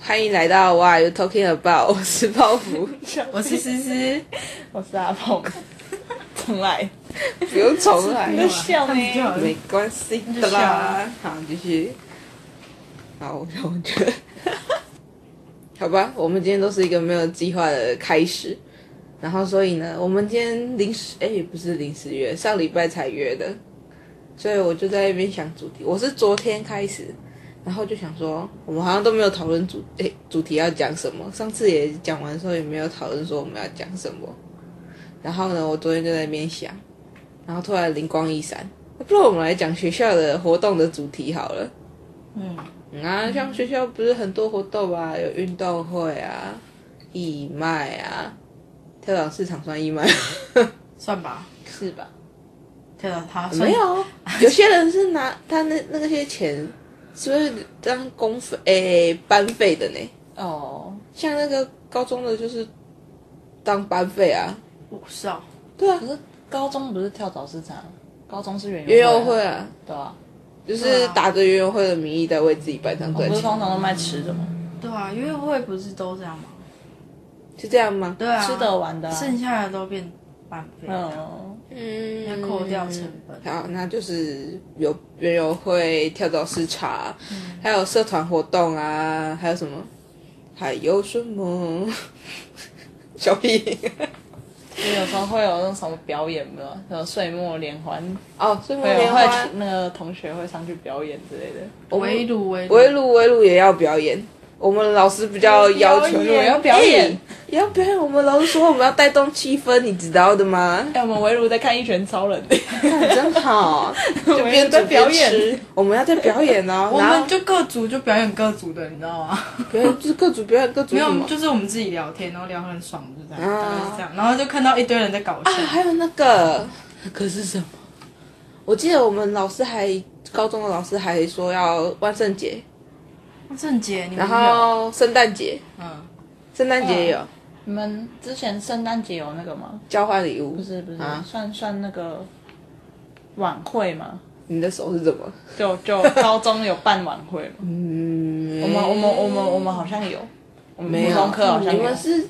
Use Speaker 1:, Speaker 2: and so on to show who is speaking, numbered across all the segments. Speaker 1: 欢迎来到 Why You Talking About？我是泡芙，
Speaker 2: 我是思思，
Speaker 3: 我是阿 鹏，重 来，
Speaker 1: 不用重来
Speaker 3: 你，在笑呢？
Speaker 1: 没关系的啦。好，继续。好，让我觉得，好吧， 我们今天都是一个没有计划的开始。然后，所以呢，我们今天临时，哎，也不是临时约，上礼拜才约的，所以我就在那边想主题。我是昨天开始，然后就想说，我们好像都没有讨论主，哎，主题要讲什么。上次也讲完的时候，也没有讨论说我们要讲什么。然后呢，我昨天就在那边想，然后突然灵光一闪，不如我们来讲学校的活动的主题好了。
Speaker 3: 嗯，
Speaker 1: 嗯啊，像学校不是很多活动啊，有运动会啊、义卖啊，跳蚤市场算义卖
Speaker 2: 算吧。
Speaker 1: 是吧？
Speaker 2: 跳到他
Speaker 1: 没，有， 有些人是拿他那那些钱，是不是当公费诶、班费的呢？
Speaker 3: 哦，
Speaker 1: 像那个高中的就是当班费啊，
Speaker 2: 我是哦，
Speaker 1: 对啊
Speaker 3: 可，是高中不是跳蚤市场，高中是园
Speaker 1: 园游
Speaker 3: 游
Speaker 1: 会
Speaker 3: 会啊，
Speaker 1: 啊，
Speaker 3: 对啊，
Speaker 1: 就是打着园游会的名义在为自己班上
Speaker 3: 我
Speaker 1: 赚
Speaker 3: 不是
Speaker 1: 钱，
Speaker 3: 通常都卖吃的吗？
Speaker 2: 对啊，约会不是都这样吗？
Speaker 1: 是这样吗？
Speaker 2: 对啊，
Speaker 3: 吃的玩的啊，
Speaker 2: 剩下的都变半啊费，
Speaker 3: 嗯，
Speaker 1: 嗯
Speaker 2: 要扣掉成本
Speaker 1: 好，那就是有园游会、跳蚤市场，还有社团活动啊，还有什么？还有什么？ 小屁
Speaker 3: 就有时候会有那种什么表演的，有岁末联欢，
Speaker 1: 哦，所以
Speaker 3: 会
Speaker 1: 莲
Speaker 3: 有
Speaker 1: 花
Speaker 3: 会那个同学会上去表演之类的。
Speaker 2: 围炉围
Speaker 1: 围炉围炉也要表演。我们老师比较要求
Speaker 3: 表演我要表演
Speaker 1: 哎也要表演。我们老师说我们要带动气氛，你知道的吗？哎
Speaker 3: 哎，我们围炉在看《一拳超人》，
Speaker 1: 真好，就
Speaker 3: 们
Speaker 1: 边
Speaker 3: 在
Speaker 1: 走边
Speaker 3: 表演
Speaker 1: 吃。我们要在表演哦，
Speaker 2: 我
Speaker 1: 然后
Speaker 2: 们就各组就表演各组的，你知道吗？
Speaker 1: 表演就是各组表演各组
Speaker 2: 没
Speaker 1: 什
Speaker 2: 有，
Speaker 1: 么。
Speaker 2: 就是我们自己聊天，然后聊得很爽，就这样，
Speaker 1: 啊
Speaker 2: 大概是这样，然后就看到一堆人在搞笑
Speaker 1: 啊，，还有那个，那个是什么？我记得我们老师还高中的老师还说要万圣节，
Speaker 2: 郑杰，你
Speaker 1: 然
Speaker 2: 们有，
Speaker 1: 后圣诞节，
Speaker 2: 嗯，
Speaker 1: 圣诞节也有、
Speaker 3: 你们之前圣诞节有那个吗？
Speaker 1: 交换礼物。
Speaker 3: 不是不是，
Speaker 1: 啊
Speaker 3: 算算那个晚会吗？
Speaker 1: 你的手是怎么？
Speaker 3: 就就高中有办晚会嘛？
Speaker 1: 嗯，
Speaker 3: 我们我们我们我们好像有，我们
Speaker 1: 没
Speaker 3: 普
Speaker 1: 有
Speaker 3: 通课好像
Speaker 1: 你
Speaker 3: 有
Speaker 1: 们。是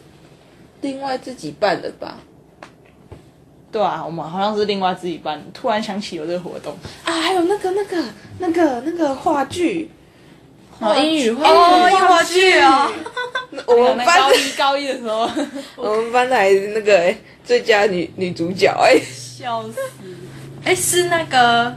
Speaker 1: 另外自己办的吧？
Speaker 3: 对啊，我们好像是另外自己办。突然想起有这个活动，
Speaker 1: 啊，还有那个那个那个那个话剧，
Speaker 3: 然后英语会，
Speaker 2: 哦，英国剧哦，
Speaker 1: 我
Speaker 3: 我
Speaker 1: 们
Speaker 3: 们
Speaker 1: 班
Speaker 3: 高
Speaker 1: 的
Speaker 3: 一高一的时候，
Speaker 1: 我们班的还是那个、欸、最佳女女主角哎、欸
Speaker 3: 笑死。
Speaker 2: 哎，是那个，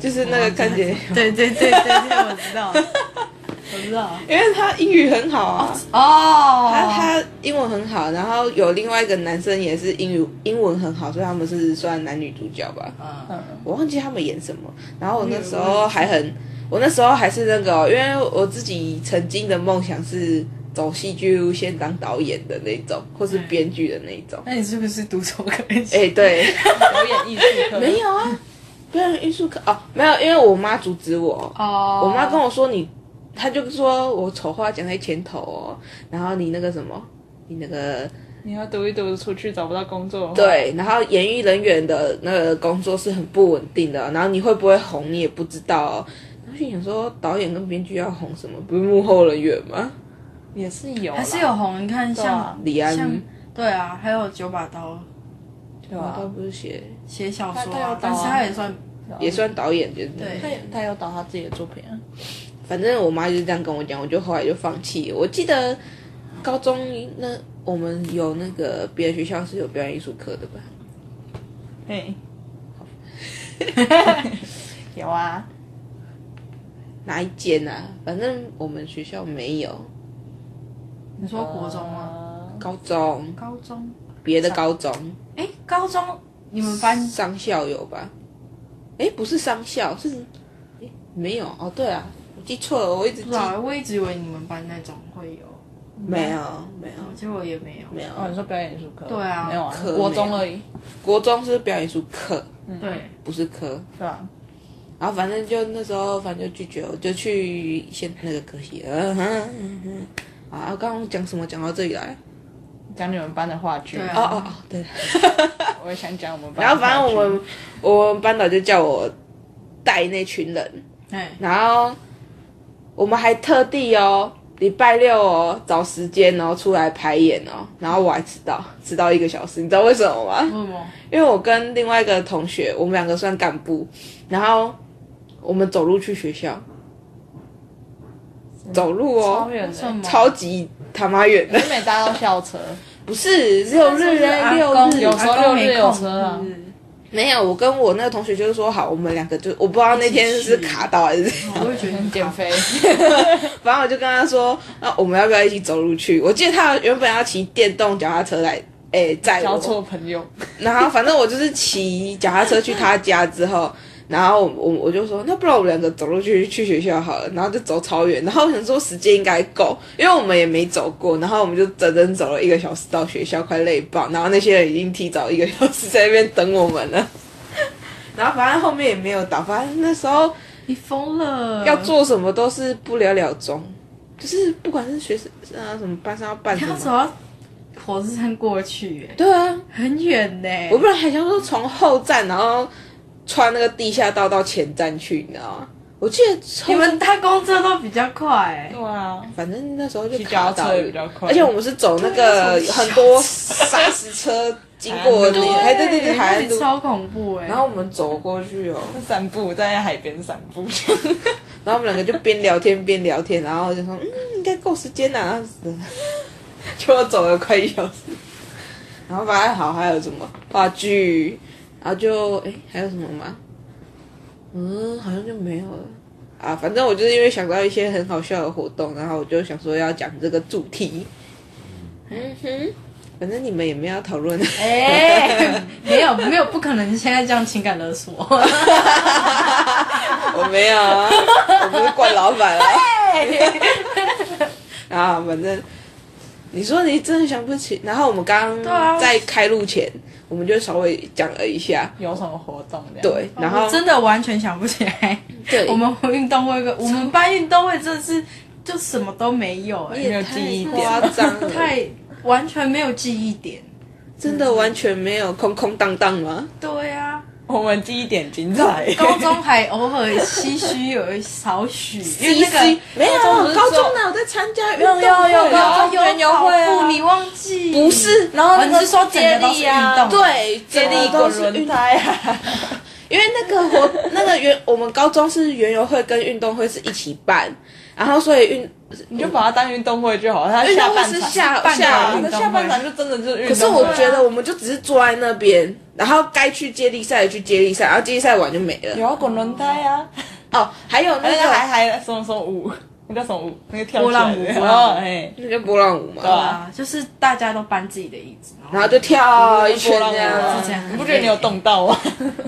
Speaker 1: 就是那个看起来，
Speaker 2: 对对对对对，我知道，
Speaker 3: 我知道，
Speaker 1: 因为她英语很好啊。
Speaker 2: 哦，
Speaker 1: 他他英文很好，然后有另外一个男生也是英语英文很好，所以他们是算男女主角吧。
Speaker 2: 嗯，
Speaker 3: 嗯，
Speaker 1: 我忘记他们演什么，然后我那时候还很，我那时候还是那个哦、因为我自己曾经的梦想是走戏剧路线当导演的那种，或是编剧的那种。
Speaker 2: 那你是不是读错课？哎
Speaker 1: 哎、对，
Speaker 3: 表演艺术课
Speaker 1: 没有啊，表演艺术课哦，没有，因为我妈阻止我。
Speaker 2: 哦，
Speaker 1: 我妈跟我说你，她就说我丑话讲在前头哦，然后你那个什么，你那个
Speaker 3: 你要读一读，出去找不到工作。，
Speaker 1: 对，然后演艺人员的那个工作是很不稳定的，然后你会不会红你也不知道、哦。然后就想说，导演跟编剧要红什么？不是幕后人员吗？
Speaker 3: 也是有啦，
Speaker 2: 还是有红，你看
Speaker 3: 对啊
Speaker 2: 像
Speaker 1: 李安
Speaker 2: 像对啊，还有九把刀
Speaker 3: 对
Speaker 1: 他
Speaker 3: 啊，
Speaker 1: 不是写
Speaker 2: 写小说、
Speaker 3: 他他有
Speaker 2: 啊
Speaker 3: 刀，
Speaker 2: 但是他也算
Speaker 1: 也算导演，就是
Speaker 2: 对
Speaker 3: 他啊他有导他自己的作品啊。
Speaker 1: 反正我妈就是这样跟我讲，我就后来就放弃了。我记得高中那我们有那个别的学校是有表演艺术课的吧？
Speaker 3: 对， 有啊，
Speaker 1: 哪一间啊？反正我们学校没有。
Speaker 2: 你说国中吗？
Speaker 1: 啊
Speaker 3: 吗？
Speaker 1: 高中
Speaker 2: 高中
Speaker 1: 别的高中
Speaker 2: 哎，高中你们班
Speaker 1: 商校有吧？哎，不是商校，是诶没有哦。对啊，我记错了，我一直
Speaker 2: 不
Speaker 1: 记
Speaker 2: 知道，我一直以为你们班那种会有，
Speaker 1: 没有没有
Speaker 2: 结果也没有。
Speaker 1: 没
Speaker 3: 哦，你
Speaker 1: 有。
Speaker 3: 说表演艺术课？
Speaker 2: 对啊
Speaker 3: 没有啊，
Speaker 1: 课
Speaker 3: 国中而已，
Speaker 1: 国中是表演艺术课，
Speaker 2: 对，
Speaker 1: 不是科。
Speaker 3: 对吧？
Speaker 1: 然后反正就那时候，反正就拒绝了，我就 去先那个科系。嗯哼嗯哼啊，我刚刚讲什么讲到这里来？
Speaker 3: 讲你们班的话剧，
Speaker 2: 对
Speaker 1: 哦
Speaker 2: 啊
Speaker 1: 哦哦，对。
Speaker 3: 我也想讲我们班。
Speaker 1: 然后反正我们，我们班导就叫我带那群人，
Speaker 2: 哎，
Speaker 1: 然后我们还特地哦，礼拜六哦找时间哦出来排演哦，然后我还迟到，迟到一个小时，你知道为什么吗
Speaker 2: 为？什么？
Speaker 1: 因为我跟另外一个同学，我们两个算干部，然后我们走路去学校，走路
Speaker 3: 超
Speaker 1: 哦，
Speaker 3: 远
Speaker 2: 为什
Speaker 3: 的，
Speaker 2: 么？
Speaker 1: 超级他妈远的，
Speaker 3: 你每搭到校 车，
Speaker 1: 不是六日
Speaker 2: 阿
Speaker 1: 哎，六
Speaker 2: 公
Speaker 1: 日
Speaker 3: 有时候
Speaker 2: 阿公
Speaker 3: 六日
Speaker 2: 没
Speaker 3: 有
Speaker 2: 空
Speaker 3: 车啊
Speaker 2: 是不是
Speaker 1: 没有，我跟我那个同学就是说好，我们两个就我不知道那天是卡到还是怎样，
Speaker 2: 我会觉得很
Speaker 3: 减肥，
Speaker 1: 反正我就跟他说，那、我们要不要一起走路去？我记得他原本要骑电动脚踏车来，诶、载
Speaker 3: 交
Speaker 1: 我，
Speaker 3: 错朋友，
Speaker 1: 然后反正我就是骑脚踏车去他家之后。然后我我我就说，那不然我们两个走路去去学校好了，然后就走超远。然后我想说时间应该够，因为我们也没走过。然后我们就整整走了一个小时到学校，快累爆。然后那些人已经提早一个小时在那边等我们了。然后反正后面也没有倒，反正那时候
Speaker 2: 你疯了，
Speaker 1: 要做什么都是不了了中，就是不管是学生啊什么班上要办什
Speaker 2: 他只
Speaker 1: 么，
Speaker 2: 要火车站过去，哎
Speaker 1: 对啊，
Speaker 2: 很远呢。
Speaker 1: 我本来还想说从后站然后穿那个地下道到前站去，你知道吗？我记得
Speaker 2: 你
Speaker 1: 后
Speaker 2: 们
Speaker 1: 们
Speaker 2: 搭公车都比较快，哎
Speaker 3: 对啊，
Speaker 1: 反正那时候就
Speaker 3: 骑
Speaker 1: 卡
Speaker 3: 脚
Speaker 1: 到
Speaker 3: 踏车也比
Speaker 1: 了，
Speaker 3: 较快，
Speaker 1: 而且我们是走那个
Speaker 2: 对
Speaker 1: 很多砂石车经过的那个，
Speaker 3: 对
Speaker 1: 哎对对对，海
Speaker 2: 那
Speaker 1: 岸
Speaker 2: 里
Speaker 1: 路。
Speaker 2: 超恐怖哎。
Speaker 1: 然后我们走过去哦，
Speaker 3: 散步在海边散步，
Speaker 1: 然后我们两个就边聊天边聊天，然后就说嗯应该够时间啦、 然后死了结果走了快一小时，然后反正好还有什么话剧，然后就哎还有什么吗？嗯，好像就没有了啊。反正我就是因为想到一些很好笑的活动，然后我就想说要讲这个主题。嗯哼，反正你们也没有要讨论。
Speaker 2: 哎，没有没有，不可能现在这样情感勒索。
Speaker 1: 我没有啊，我不是惯老板啊。啊，反正你说你真的想不起，然后我们刚
Speaker 2: 对啊
Speaker 1: 在开录前，我们就稍微讲了一下，
Speaker 3: 有什么活动这样？
Speaker 1: 对，然后
Speaker 2: 哦我真的完全想不起来，
Speaker 1: 对
Speaker 2: 我们运动会跟我们班运动会真的是就什么都没有哎、
Speaker 1: 你也
Speaker 3: 没有记忆
Speaker 1: 太
Speaker 3: 点
Speaker 1: 夸张了，
Speaker 2: 太完全没有记忆点。
Speaker 1: 真的完全没有空空荡荡吗？
Speaker 2: 对啊，
Speaker 3: 我们记忆点精彩，
Speaker 2: 高中还偶尔唏嘘有一少许，因为那
Speaker 1: 嘻
Speaker 2: 个
Speaker 1: 嘻没有啊
Speaker 3: 高中不是
Speaker 1: 高
Speaker 3: 只有
Speaker 1: 中哪有在参加运
Speaker 3: 有
Speaker 1: 动会啊？
Speaker 3: 有有
Speaker 2: 高中
Speaker 3: 园游会啊
Speaker 2: 跑步你忘记？
Speaker 1: 不，是，然 后
Speaker 2: 哦、你是说整个
Speaker 3: 接
Speaker 2: 都是
Speaker 3: 力
Speaker 2: 运
Speaker 3: 啊
Speaker 2: 动？，
Speaker 1: 对，接力
Speaker 3: 哦都
Speaker 1: 都
Speaker 3: 是
Speaker 1: 是
Speaker 3: 轮
Speaker 1: 运
Speaker 3: 胎 啊，
Speaker 1: 因为那个 活那个园，我们高中是园游会跟运动会是一起办，然后所以运
Speaker 3: 你就把它当运动会就好，它
Speaker 1: 运
Speaker 3: 下
Speaker 1: 动会
Speaker 3: 半
Speaker 1: 是
Speaker 3: 场。
Speaker 1: 下
Speaker 2: 半
Speaker 1: 下
Speaker 2: 场
Speaker 3: 那下半场就真的就是运动会。啊
Speaker 1: 可是我觉得我们就只是坐在那边，然后该去接力赛的去接力赛，然后接力赛完就没了。
Speaker 3: 有啊，滚轮胎啊，
Speaker 1: 哦，还有那
Speaker 3: 而且啊还
Speaker 1: 个
Speaker 3: 还什么什么舞，那叫什么舞？那个跳
Speaker 2: 波浪舞
Speaker 3: 起来的
Speaker 2: 波浪舞
Speaker 3: 哦哎，
Speaker 1: 那个波浪舞嘛，
Speaker 3: 对啊
Speaker 2: 啊，就是大家都搬自己的椅子，
Speaker 1: 然后就跳一
Speaker 3: 波
Speaker 1: 圈
Speaker 3: 浪
Speaker 1: 这
Speaker 3: 舞
Speaker 1: 样
Speaker 3: 啊
Speaker 1: 子。
Speaker 2: 这样
Speaker 3: 你不觉得你有动到啊？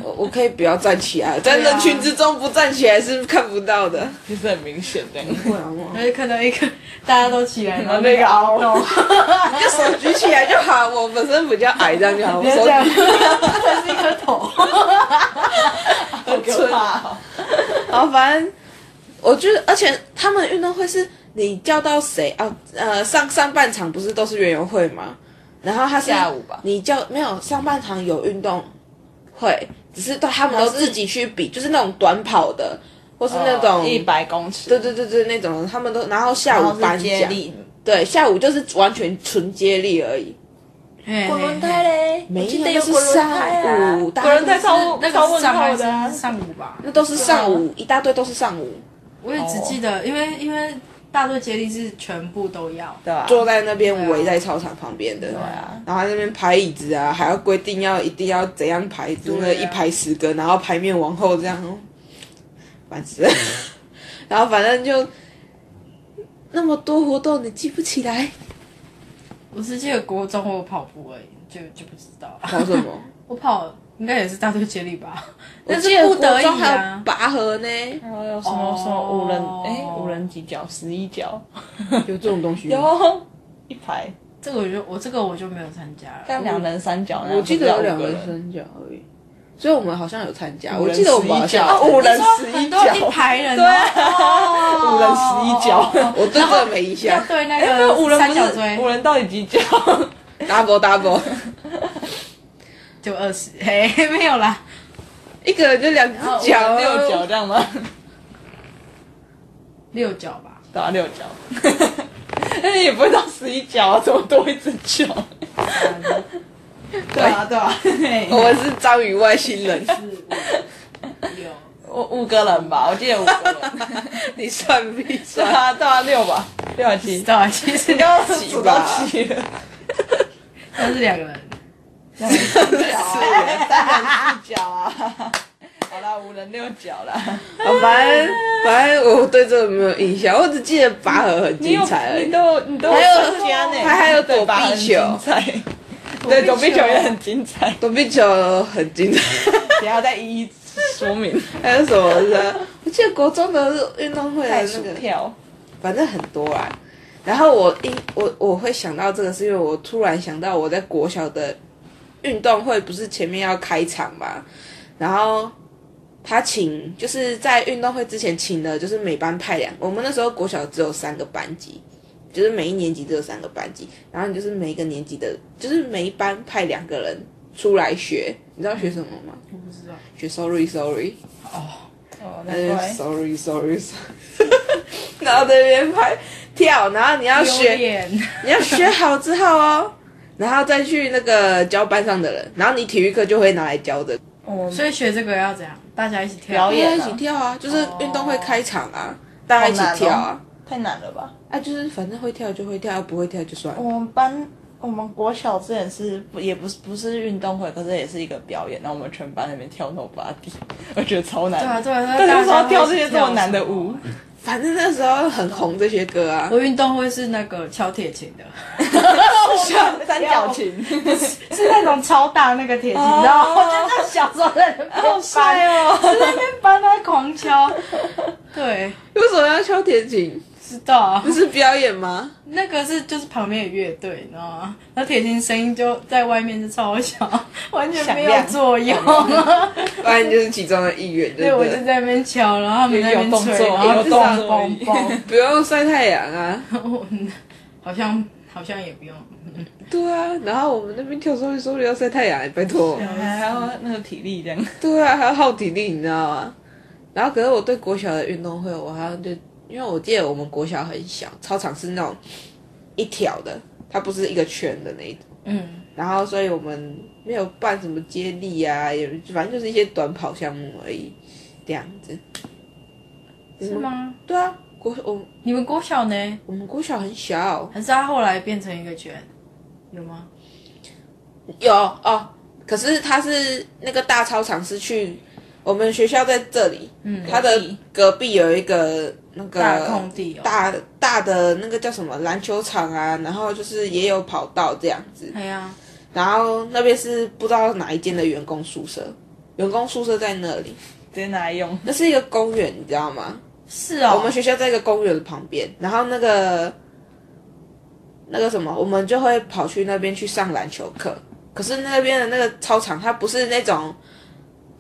Speaker 1: 我我可以不要站起来，在人群之中不站起来是看不到的。
Speaker 3: 其实很明显的，啊
Speaker 2: 然后就看到一个大家都起来，然
Speaker 3: 然
Speaker 2: 后
Speaker 3: 后那
Speaker 2: 那
Speaker 3: 个
Speaker 2: 个
Speaker 3: 凹洞，
Speaker 1: 你就手举起来就好，我本身比较矮，这样就好。我
Speaker 3: 你要
Speaker 1: 手
Speaker 3: 这样，
Speaker 2: 这是一颗头。
Speaker 3: 好可怕哦。
Speaker 1: 然后反正我觉得，而且他们运动会是你叫到谁啊？呃，上上半场不是都是园游会吗？然后他是
Speaker 3: 下午吧
Speaker 1: 你叫没有上半场有运动会，只是都他们都自己去比，就是那种短跑的，或是那种、
Speaker 3: 哦一百公尺，
Speaker 1: 对对对对那种，他们都然后下
Speaker 3: 然
Speaker 1: 午
Speaker 3: 后
Speaker 1: 颁
Speaker 3: 是接
Speaker 1: 奖，
Speaker 3: 力，
Speaker 1: 对，下午就是完全纯接力而已。
Speaker 2: 滚
Speaker 3: 嘞，
Speaker 1: 没有
Speaker 3: 我记得
Speaker 1: 那
Speaker 3: 有
Speaker 1: 是
Speaker 3: 滚轮胎啊
Speaker 1: 上午，大
Speaker 3: 滚
Speaker 1: 家
Speaker 3: 轮
Speaker 1: 都
Speaker 3: 胎超
Speaker 2: 那
Speaker 3: 超
Speaker 2: 个
Speaker 3: 问
Speaker 2: 是上
Speaker 3: 号
Speaker 2: 还
Speaker 3: 的啊
Speaker 2: 是，上午吧？
Speaker 1: 那都是上午，一大堆都是上午
Speaker 2: 我也只记得，因为因为大队接力是全部都要，
Speaker 3: 对吧？
Speaker 1: 坐在那边
Speaker 2: 啊
Speaker 1: 围在操场旁边的。
Speaker 3: 对啊，
Speaker 1: 然后在那边排椅子啊，还要规定要一定要怎样排，真的，
Speaker 3: 对啊
Speaker 1: 一排十个，然后排面往后这样，烦死了。 然后反正就那么多活动，你记不起来？
Speaker 2: 我只记得国中我有跑步而已，就就不知 道了。
Speaker 1: 跑什 么？
Speaker 2: 我跑应该也是大队接力吧，
Speaker 1: 我
Speaker 2: 但
Speaker 1: 记
Speaker 2: 是
Speaker 1: 得
Speaker 2: 不得
Speaker 1: 国中
Speaker 2: 已
Speaker 1: 还
Speaker 2: 啊
Speaker 1: 有。拔河呢，
Speaker 3: 然后有什么
Speaker 2: 哦
Speaker 3: 什么五人哎五人几脚十一脚
Speaker 1: 有这种东西有，
Speaker 3: 有一排，
Speaker 2: 这个我就我这个我就没有参加了。
Speaker 3: 但两人三脚那样，
Speaker 1: 我记得有两
Speaker 3: 不
Speaker 1: 个
Speaker 3: 是五
Speaker 1: 人
Speaker 3: 人，
Speaker 1: 三角而已，所以我们好像有参加。
Speaker 3: 五
Speaker 1: 我
Speaker 3: 人
Speaker 1: 记得我们好像
Speaker 3: 十一角
Speaker 1: 啊五人
Speaker 2: 你说很多一排人、哦，
Speaker 3: 对啊
Speaker 2: 哦
Speaker 3: 五人十一脚
Speaker 2: 哦哦哦
Speaker 1: 我对这个没印象
Speaker 2: 要。对那
Speaker 3: 哎，那
Speaker 2: 个
Speaker 3: 五人
Speaker 2: 三
Speaker 3: 不
Speaker 2: 角
Speaker 3: 是
Speaker 2: 锥
Speaker 3: 五人到底几脚？
Speaker 1: double double，
Speaker 2: 就二十， 嘿，没有啦，
Speaker 1: 一个人就两只脚，
Speaker 3: 哦六角这样吗？
Speaker 2: 六角吧，
Speaker 3: 打六角，那 也不会到十一角啊，怎么多一只脚？
Speaker 2: 对啊 对啊，嘿
Speaker 1: 我们是章鱼外星人，
Speaker 2: 四五六，
Speaker 3: 我五个人吧，我记得五个人，
Speaker 1: 你算必
Speaker 3: 对
Speaker 1: 算，
Speaker 3: 啊，对啊，六吧，六还七，
Speaker 2: 对啊，其实
Speaker 3: 你刚刚
Speaker 1: 七
Speaker 3: 数到
Speaker 1: 吧
Speaker 3: 七了，
Speaker 2: 那是两个人，
Speaker 3: 四角啊， 好啦，五人六角啦。
Speaker 1: 好反正反正我对这个没有印象，我只记得拔河很
Speaker 3: 你有
Speaker 1: 精彩而
Speaker 3: 你
Speaker 1: 已。
Speaker 3: 都有你都
Speaker 1: 还有
Speaker 3: 参加呢，
Speaker 1: 还还有
Speaker 3: 对吧
Speaker 1: 躲避球
Speaker 3: 很精彩，对，躲避球也很精彩。
Speaker 1: 躲避球很精彩，
Speaker 3: 等一下再一一说明。
Speaker 1: 还有什么呢？我记得国中的运动会的
Speaker 3: 太
Speaker 1: 那
Speaker 3: 薯
Speaker 1: 个，
Speaker 3: 条，
Speaker 1: 反正很多啊。然后我因我我会想到这个，是因为我突然想到我在国小的运动会，不是前面要开场嘛，然后他请就是在运动会之前请的，就是每班派两，我们那时候国小只有三个班级，就是每一年级只有三个班级，然后你就是每一个年级的，就是每一班派两个人出来学，你知道学什么吗？
Speaker 2: 我不知道，
Speaker 1: 学 sorry sorry。
Speaker 3: 哦，
Speaker 1: 他
Speaker 3: 难
Speaker 1: 就
Speaker 3: 怪
Speaker 1: sorry sorry sorry，然后在那边拍跳，然后你要
Speaker 2: 榴
Speaker 1: 学，
Speaker 2: 莲，
Speaker 1: 你要学好之后哦，然后再去那个教班上的人，然后你体育课就会拿来教的，
Speaker 3: 我
Speaker 2: 所以学这个要怎样？大家一起跳
Speaker 3: 表演
Speaker 1: 一起跳啊，就是
Speaker 2: 哦
Speaker 1: 运动会开场啊，大家一起跳啊，
Speaker 3: 太难了吧？
Speaker 1: 啊就是反正会跳就会跳，不会跳就算了。
Speaker 2: 哦
Speaker 3: 我们班我们国小之前是不也不是不是运动会，可是也是一个表演，然后我们全班那边跳那种芭比， 我觉得超难。
Speaker 2: 对啊对啊，
Speaker 3: 但
Speaker 2: 大
Speaker 3: 是为
Speaker 2: 家
Speaker 3: 什么要跳这
Speaker 2: 会一
Speaker 3: 些
Speaker 2: 起
Speaker 3: 这么难的舞？
Speaker 1: 反正那时候很红这些歌啊
Speaker 2: 我，运动会是那个敲铁琴的，
Speaker 3: 三角形，
Speaker 2: 是那种超大那个铁琴，你知道吗？我就在小时候在那边
Speaker 3: 哦好帅
Speaker 2: 哦，
Speaker 3: 哦！
Speaker 2: 在那边搬在狂敲，对，
Speaker 1: 为什么要敲铁琴？
Speaker 2: 知道啊
Speaker 1: 不 是表演 吗？
Speaker 2: 那个是就是旁边有乐队，你知道吗？那铁琴声音就在外面是超小， 完全没有作用。
Speaker 1: 反正你就是其中的一员，对
Speaker 2: 对，
Speaker 1: 不
Speaker 2: 我就
Speaker 1: 对？
Speaker 2: 在那边敲，然后他们在那边
Speaker 3: 有
Speaker 2: 吹，
Speaker 3: 动作啊
Speaker 2: 然后
Speaker 3: 有
Speaker 2: 至
Speaker 3: 动
Speaker 2: 少
Speaker 3: 作而已
Speaker 2: 嘣嘣，
Speaker 1: 不用晒太阳啊。
Speaker 2: 嗯好像好像也不用。嗯
Speaker 1: 对啊，然后我们那边跳手里手里要晒太阳、拜托。
Speaker 3: 还要那个体力这样。
Speaker 1: 对啊，还要耗体力，你知道吗？然后可是我对国小的运动会，我好像就因为我记得我们国小很小，操场是那种一条的，它不是一个圈的那一种。
Speaker 2: 嗯，
Speaker 1: 然后所以我们没有办什么接力啊，也反正就是一些短跑项目而已，这样子。
Speaker 2: 是吗？
Speaker 1: 对啊，国我
Speaker 2: 你们国小呢？
Speaker 1: 我们国小很小，
Speaker 2: 还是他后来变成一个圈？有吗？
Speaker 1: 有哦，可是它是那个大操场是去我们学校在这里，
Speaker 2: 嗯，
Speaker 1: 它的隔壁有一个那个
Speaker 2: 大空地哦，
Speaker 1: 大大的那个叫什么篮球场啊，然后就是也有跑道这样子，
Speaker 2: 哎呀，
Speaker 1: 然后那边是不知道哪一间的员工宿舍，员工宿舍在那里，
Speaker 3: 直接拿来用。
Speaker 1: 那是一个公园，你知道吗？
Speaker 2: 是哦，
Speaker 1: 我们学校在一个公园的旁边，然后那个那个什么，我们就会跑去那边去上篮球课。可是那边的那个操场，它不是那种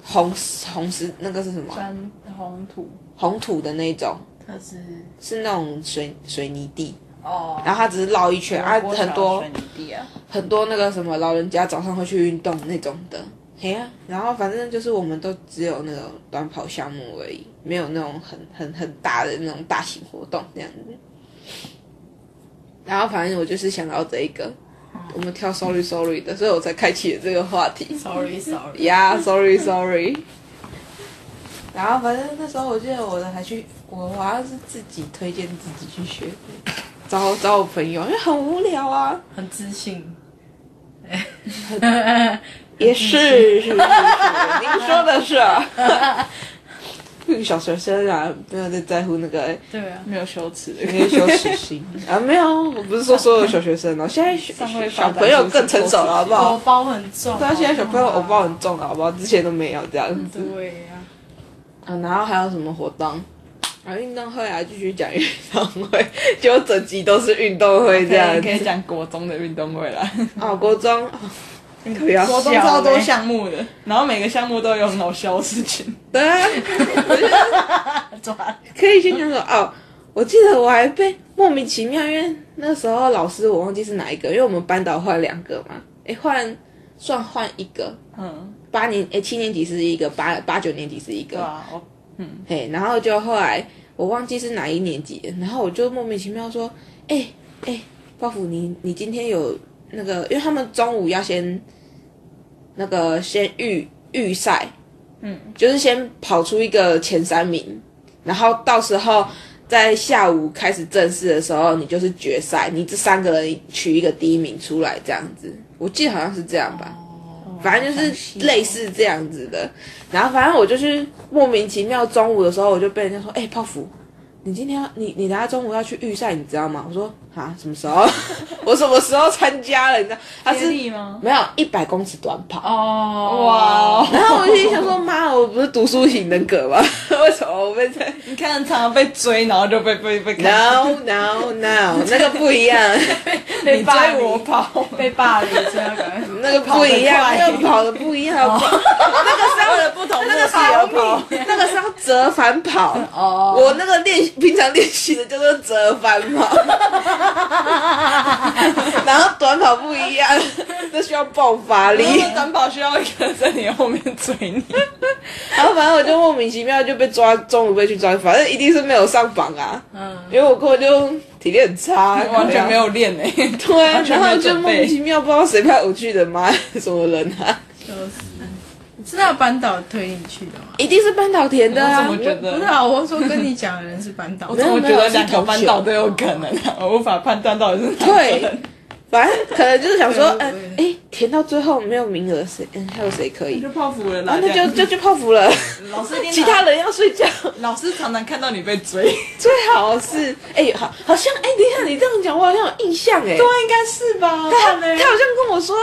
Speaker 1: 红红石那个是什么啊
Speaker 3: 砖红土，
Speaker 1: 红土的那种，
Speaker 2: 他是
Speaker 1: 是那种水水泥地，
Speaker 2: 哦，
Speaker 1: 然后它只是绕一圈啊，
Speaker 3: 国小
Speaker 1: 很多
Speaker 3: 水泥地啊，
Speaker 1: 很多那个什么老人家早上会去运动那种的。嘿呀、然后反正就是我们都只有那种短跑项目而已，没有那种很很很大的那种大型活动这样子。然后反正我就是想到这一个，
Speaker 3: 嗯
Speaker 1: 我们跳 sorry sorry 的，所以我才开启了这个话题。
Speaker 2: sorry sorry，
Speaker 1: 呀、yeah,，sorry sorry。然后反正那时候我记得我的还去，我好像是自己推荐自己去学，找找我朋友，因为很无聊啊。
Speaker 2: 很自信，
Speaker 1: 也是，是是是，您说的是、啊。那个小学生啊，没有在在乎那个
Speaker 2: 对啊，
Speaker 3: 没有羞耻的
Speaker 1: 那些羞耻心啊，没有，我不是说所有小学生哦，现在小
Speaker 3: 上位
Speaker 1: 小
Speaker 3: 发展
Speaker 1: 朋友更成熟了，好不
Speaker 2: 偶
Speaker 1: 好？
Speaker 2: 包很重，
Speaker 1: 对啊，现在小朋友
Speaker 2: 好
Speaker 1: 偶
Speaker 2: 重啊
Speaker 1: 包很重了，好不好？之前都没有这样子。
Speaker 2: 对啊呀、
Speaker 1: 啊，然后还有什么活动？啊，运动会啊，继续讲运动会， 结果整集都是运动会这样
Speaker 3: 可以可以
Speaker 1: 子。
Speaker 3: 讲国中的运动会啦，
Speaker 1: 啊，国中，啊可以啊，
Speaker 3: 国中
Speaker 2: 小
Speaker 3: 超多
Speaker 2: 嘞
Speaker 3: 项目的，哎然后每个项目都有很好笑的事情。
Speaker 1: 对啊。啊
Speaker 2: 抓
Speaker 1: 可以先讲说哦，我记得我还被莫名其妙，因为那时候老师我忘记是哪一个，因为我们班导换两个嘛，诶，换算换一个，
Speaker 3: 嗯，
Speaker 1: 八年诶七年级是一个，八八九年级是一
Speaker 3: 对
Speaker 1: 个，
Speaker 3: 啊，我
Speaker 1: 嘿，然后就后来我忘记是哪一年级，然后我就莫名其妙说，诶诶，包袱你你今天有那个，因为他们中午要先那个先预预赛，
Speaker 3: 嗯，
Speaker 1: 就是先跑出一个前三名，然后到时候在下午开始正式的时候，你就是决赛，你这三个人取一个第一名出来，这样子，我记得好像是这样吧。反正就是类似这样子的。然后反正我就是莫名其妙，中午的时候我就被人家说：“哎、泡芙，你今天要你你等下中午要去预赛，你知道吗？”我说：“啊，什么时候？ 我什么时候参加了？你知道？他
Speaker 3: 接
Speaker 1: 是
Speaker 3: 力吗？
Speaker 1: 没有一百公尺短跑。”
Speaker 2: 哦，
Speaker 3: 哇
Speaker 1: 然后我心里想说：“妈，我不是读书型人格吗？ 为什么我被这
Speaker 3: 你看常常被追，然后就被被被
Speaker 1: ？No No No，那个不一样，
Speaker 2: 被
Speaker 3: 你
Speaker 2: 霸
Speaker 3: 追我
Speaker 2: 凌，
Speaker 3: 跑，
Speaker 2: 被霸凌，真 的感觉
Speaker 1: 那个不一样，
Speaker 3: 跑得快哦
Speaker 1: 那个跑的不一样，
Speaker 3: 为了不同目的而
Speaker 1: 那
Speaker 3: 跑
Speaker 1: 个。是那个是要折返跑。
Speaker 2: 哦，
Speaker 1: 我那个练习平常练习的叫做折返跑， 然后短跑不一样， 这需要爆发力。
Speaker 3: 因为短跑需要一个人在你后面追你，
Speaker 1: 然后反正我就莫名其妙就被抓，中午被去抓，反正一定是没有上榜啊，
Speaker 2: 嗯，
Speaker 1: 因为我根本就体力很差，
Speaker 3: 完全没有练哎、
Speaker 1: 对啊，
Speaker 3: 完全
Speaker 1: 然
Speaker 3: 没有
Speaker 1: 后就
Speaker 3: 准
Speaker 1: 莫
Speaker 3: 备
Speaker 1: 名其妙不知道谁派我去的吗？什么人啊？
Speaker 2: 就是，你是那个班导推你去的吗？
Speaker 1: 一定是班导填的啊
Speaker 3: 我怎！么觉得？
Speaker 2: 不是啊，我说跟你讲的人是班导
Speaker 3: 我，怎么觉得两个班导都有可能啊？我无法判断到底是哪 个人。
Speaker 1: 反正可能就是想说，
Speaker 2: 对
Speaker 1: 嗯，哎、填到最后没有名额，谁嗯还有谁可以？
Speaker 3: 就泡芙了
Speaker 1: 啊
Speaker 3: 啦，，
Speaker 1: 那就就去泡芙 了。
Speaker 3: 老师一定
Speaker 1: 其他人要睡觉，
Speaker 3: 老师常常看到你被追，
Speaker 1: 最好是哎、好，好像哎、等一下你这样讲，我好像有印象哎、
Speaker 3: 对，应该是吧？
Speaker 1: 他
Speaker 3: 看
Speaker 1: 他好
Speaker 3: 嘞，
Speaker 1: 像跟我说，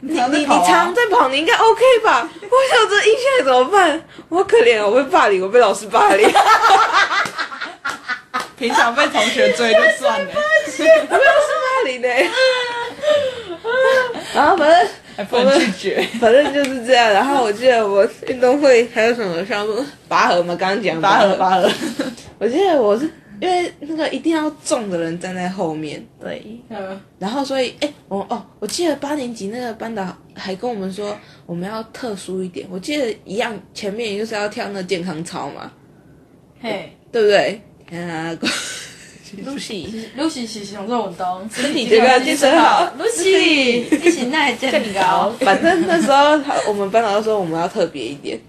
Speaker 1: 你
Speaker 3: 常
Speaker 1: 你
Speaker 3: 在
Speaker 1: 你
Speaker 3: 跑啊
Speaker 1: 常在跑，你应该 OK 吧？我想这印象怎么办？我可怜哦，我被霸凌， 我被老师霸凌，
Speaker 3: 平常被同学追就算了，
Speaker 1: 我被老师霸凌欸呢、 然后反正
Speaker 3: 还不能拒绝。
Speaker 1: 反正就是这样。然后我记得我运动会还有什么项目？拔河嘛，刚刚讲
Speaker 3: 拔河，拔河，
Speaker 1: 我记得我是因为那个一定要中的人站在后面，
Speaker 3: 对，
Speaker 2: 嗯
Speaker 1: 然后所以哎、我哦，我记得八年级那个班导还跟我们说我们要特殊一点。我记得一样，前面也就是要跳那健康操嘛，
Speaker 2: 嘿
Speaker 1: 对不对？啊，
Speaker 3: ，Lucy，
Speaker 2: ，Lucy 是上做运动，身
Speaker 1: 体健康精神好
Speaker 2: ，Lucy，你是那真高，
Speaker 1: 反正那时候他我们班导就说我们要特别一点，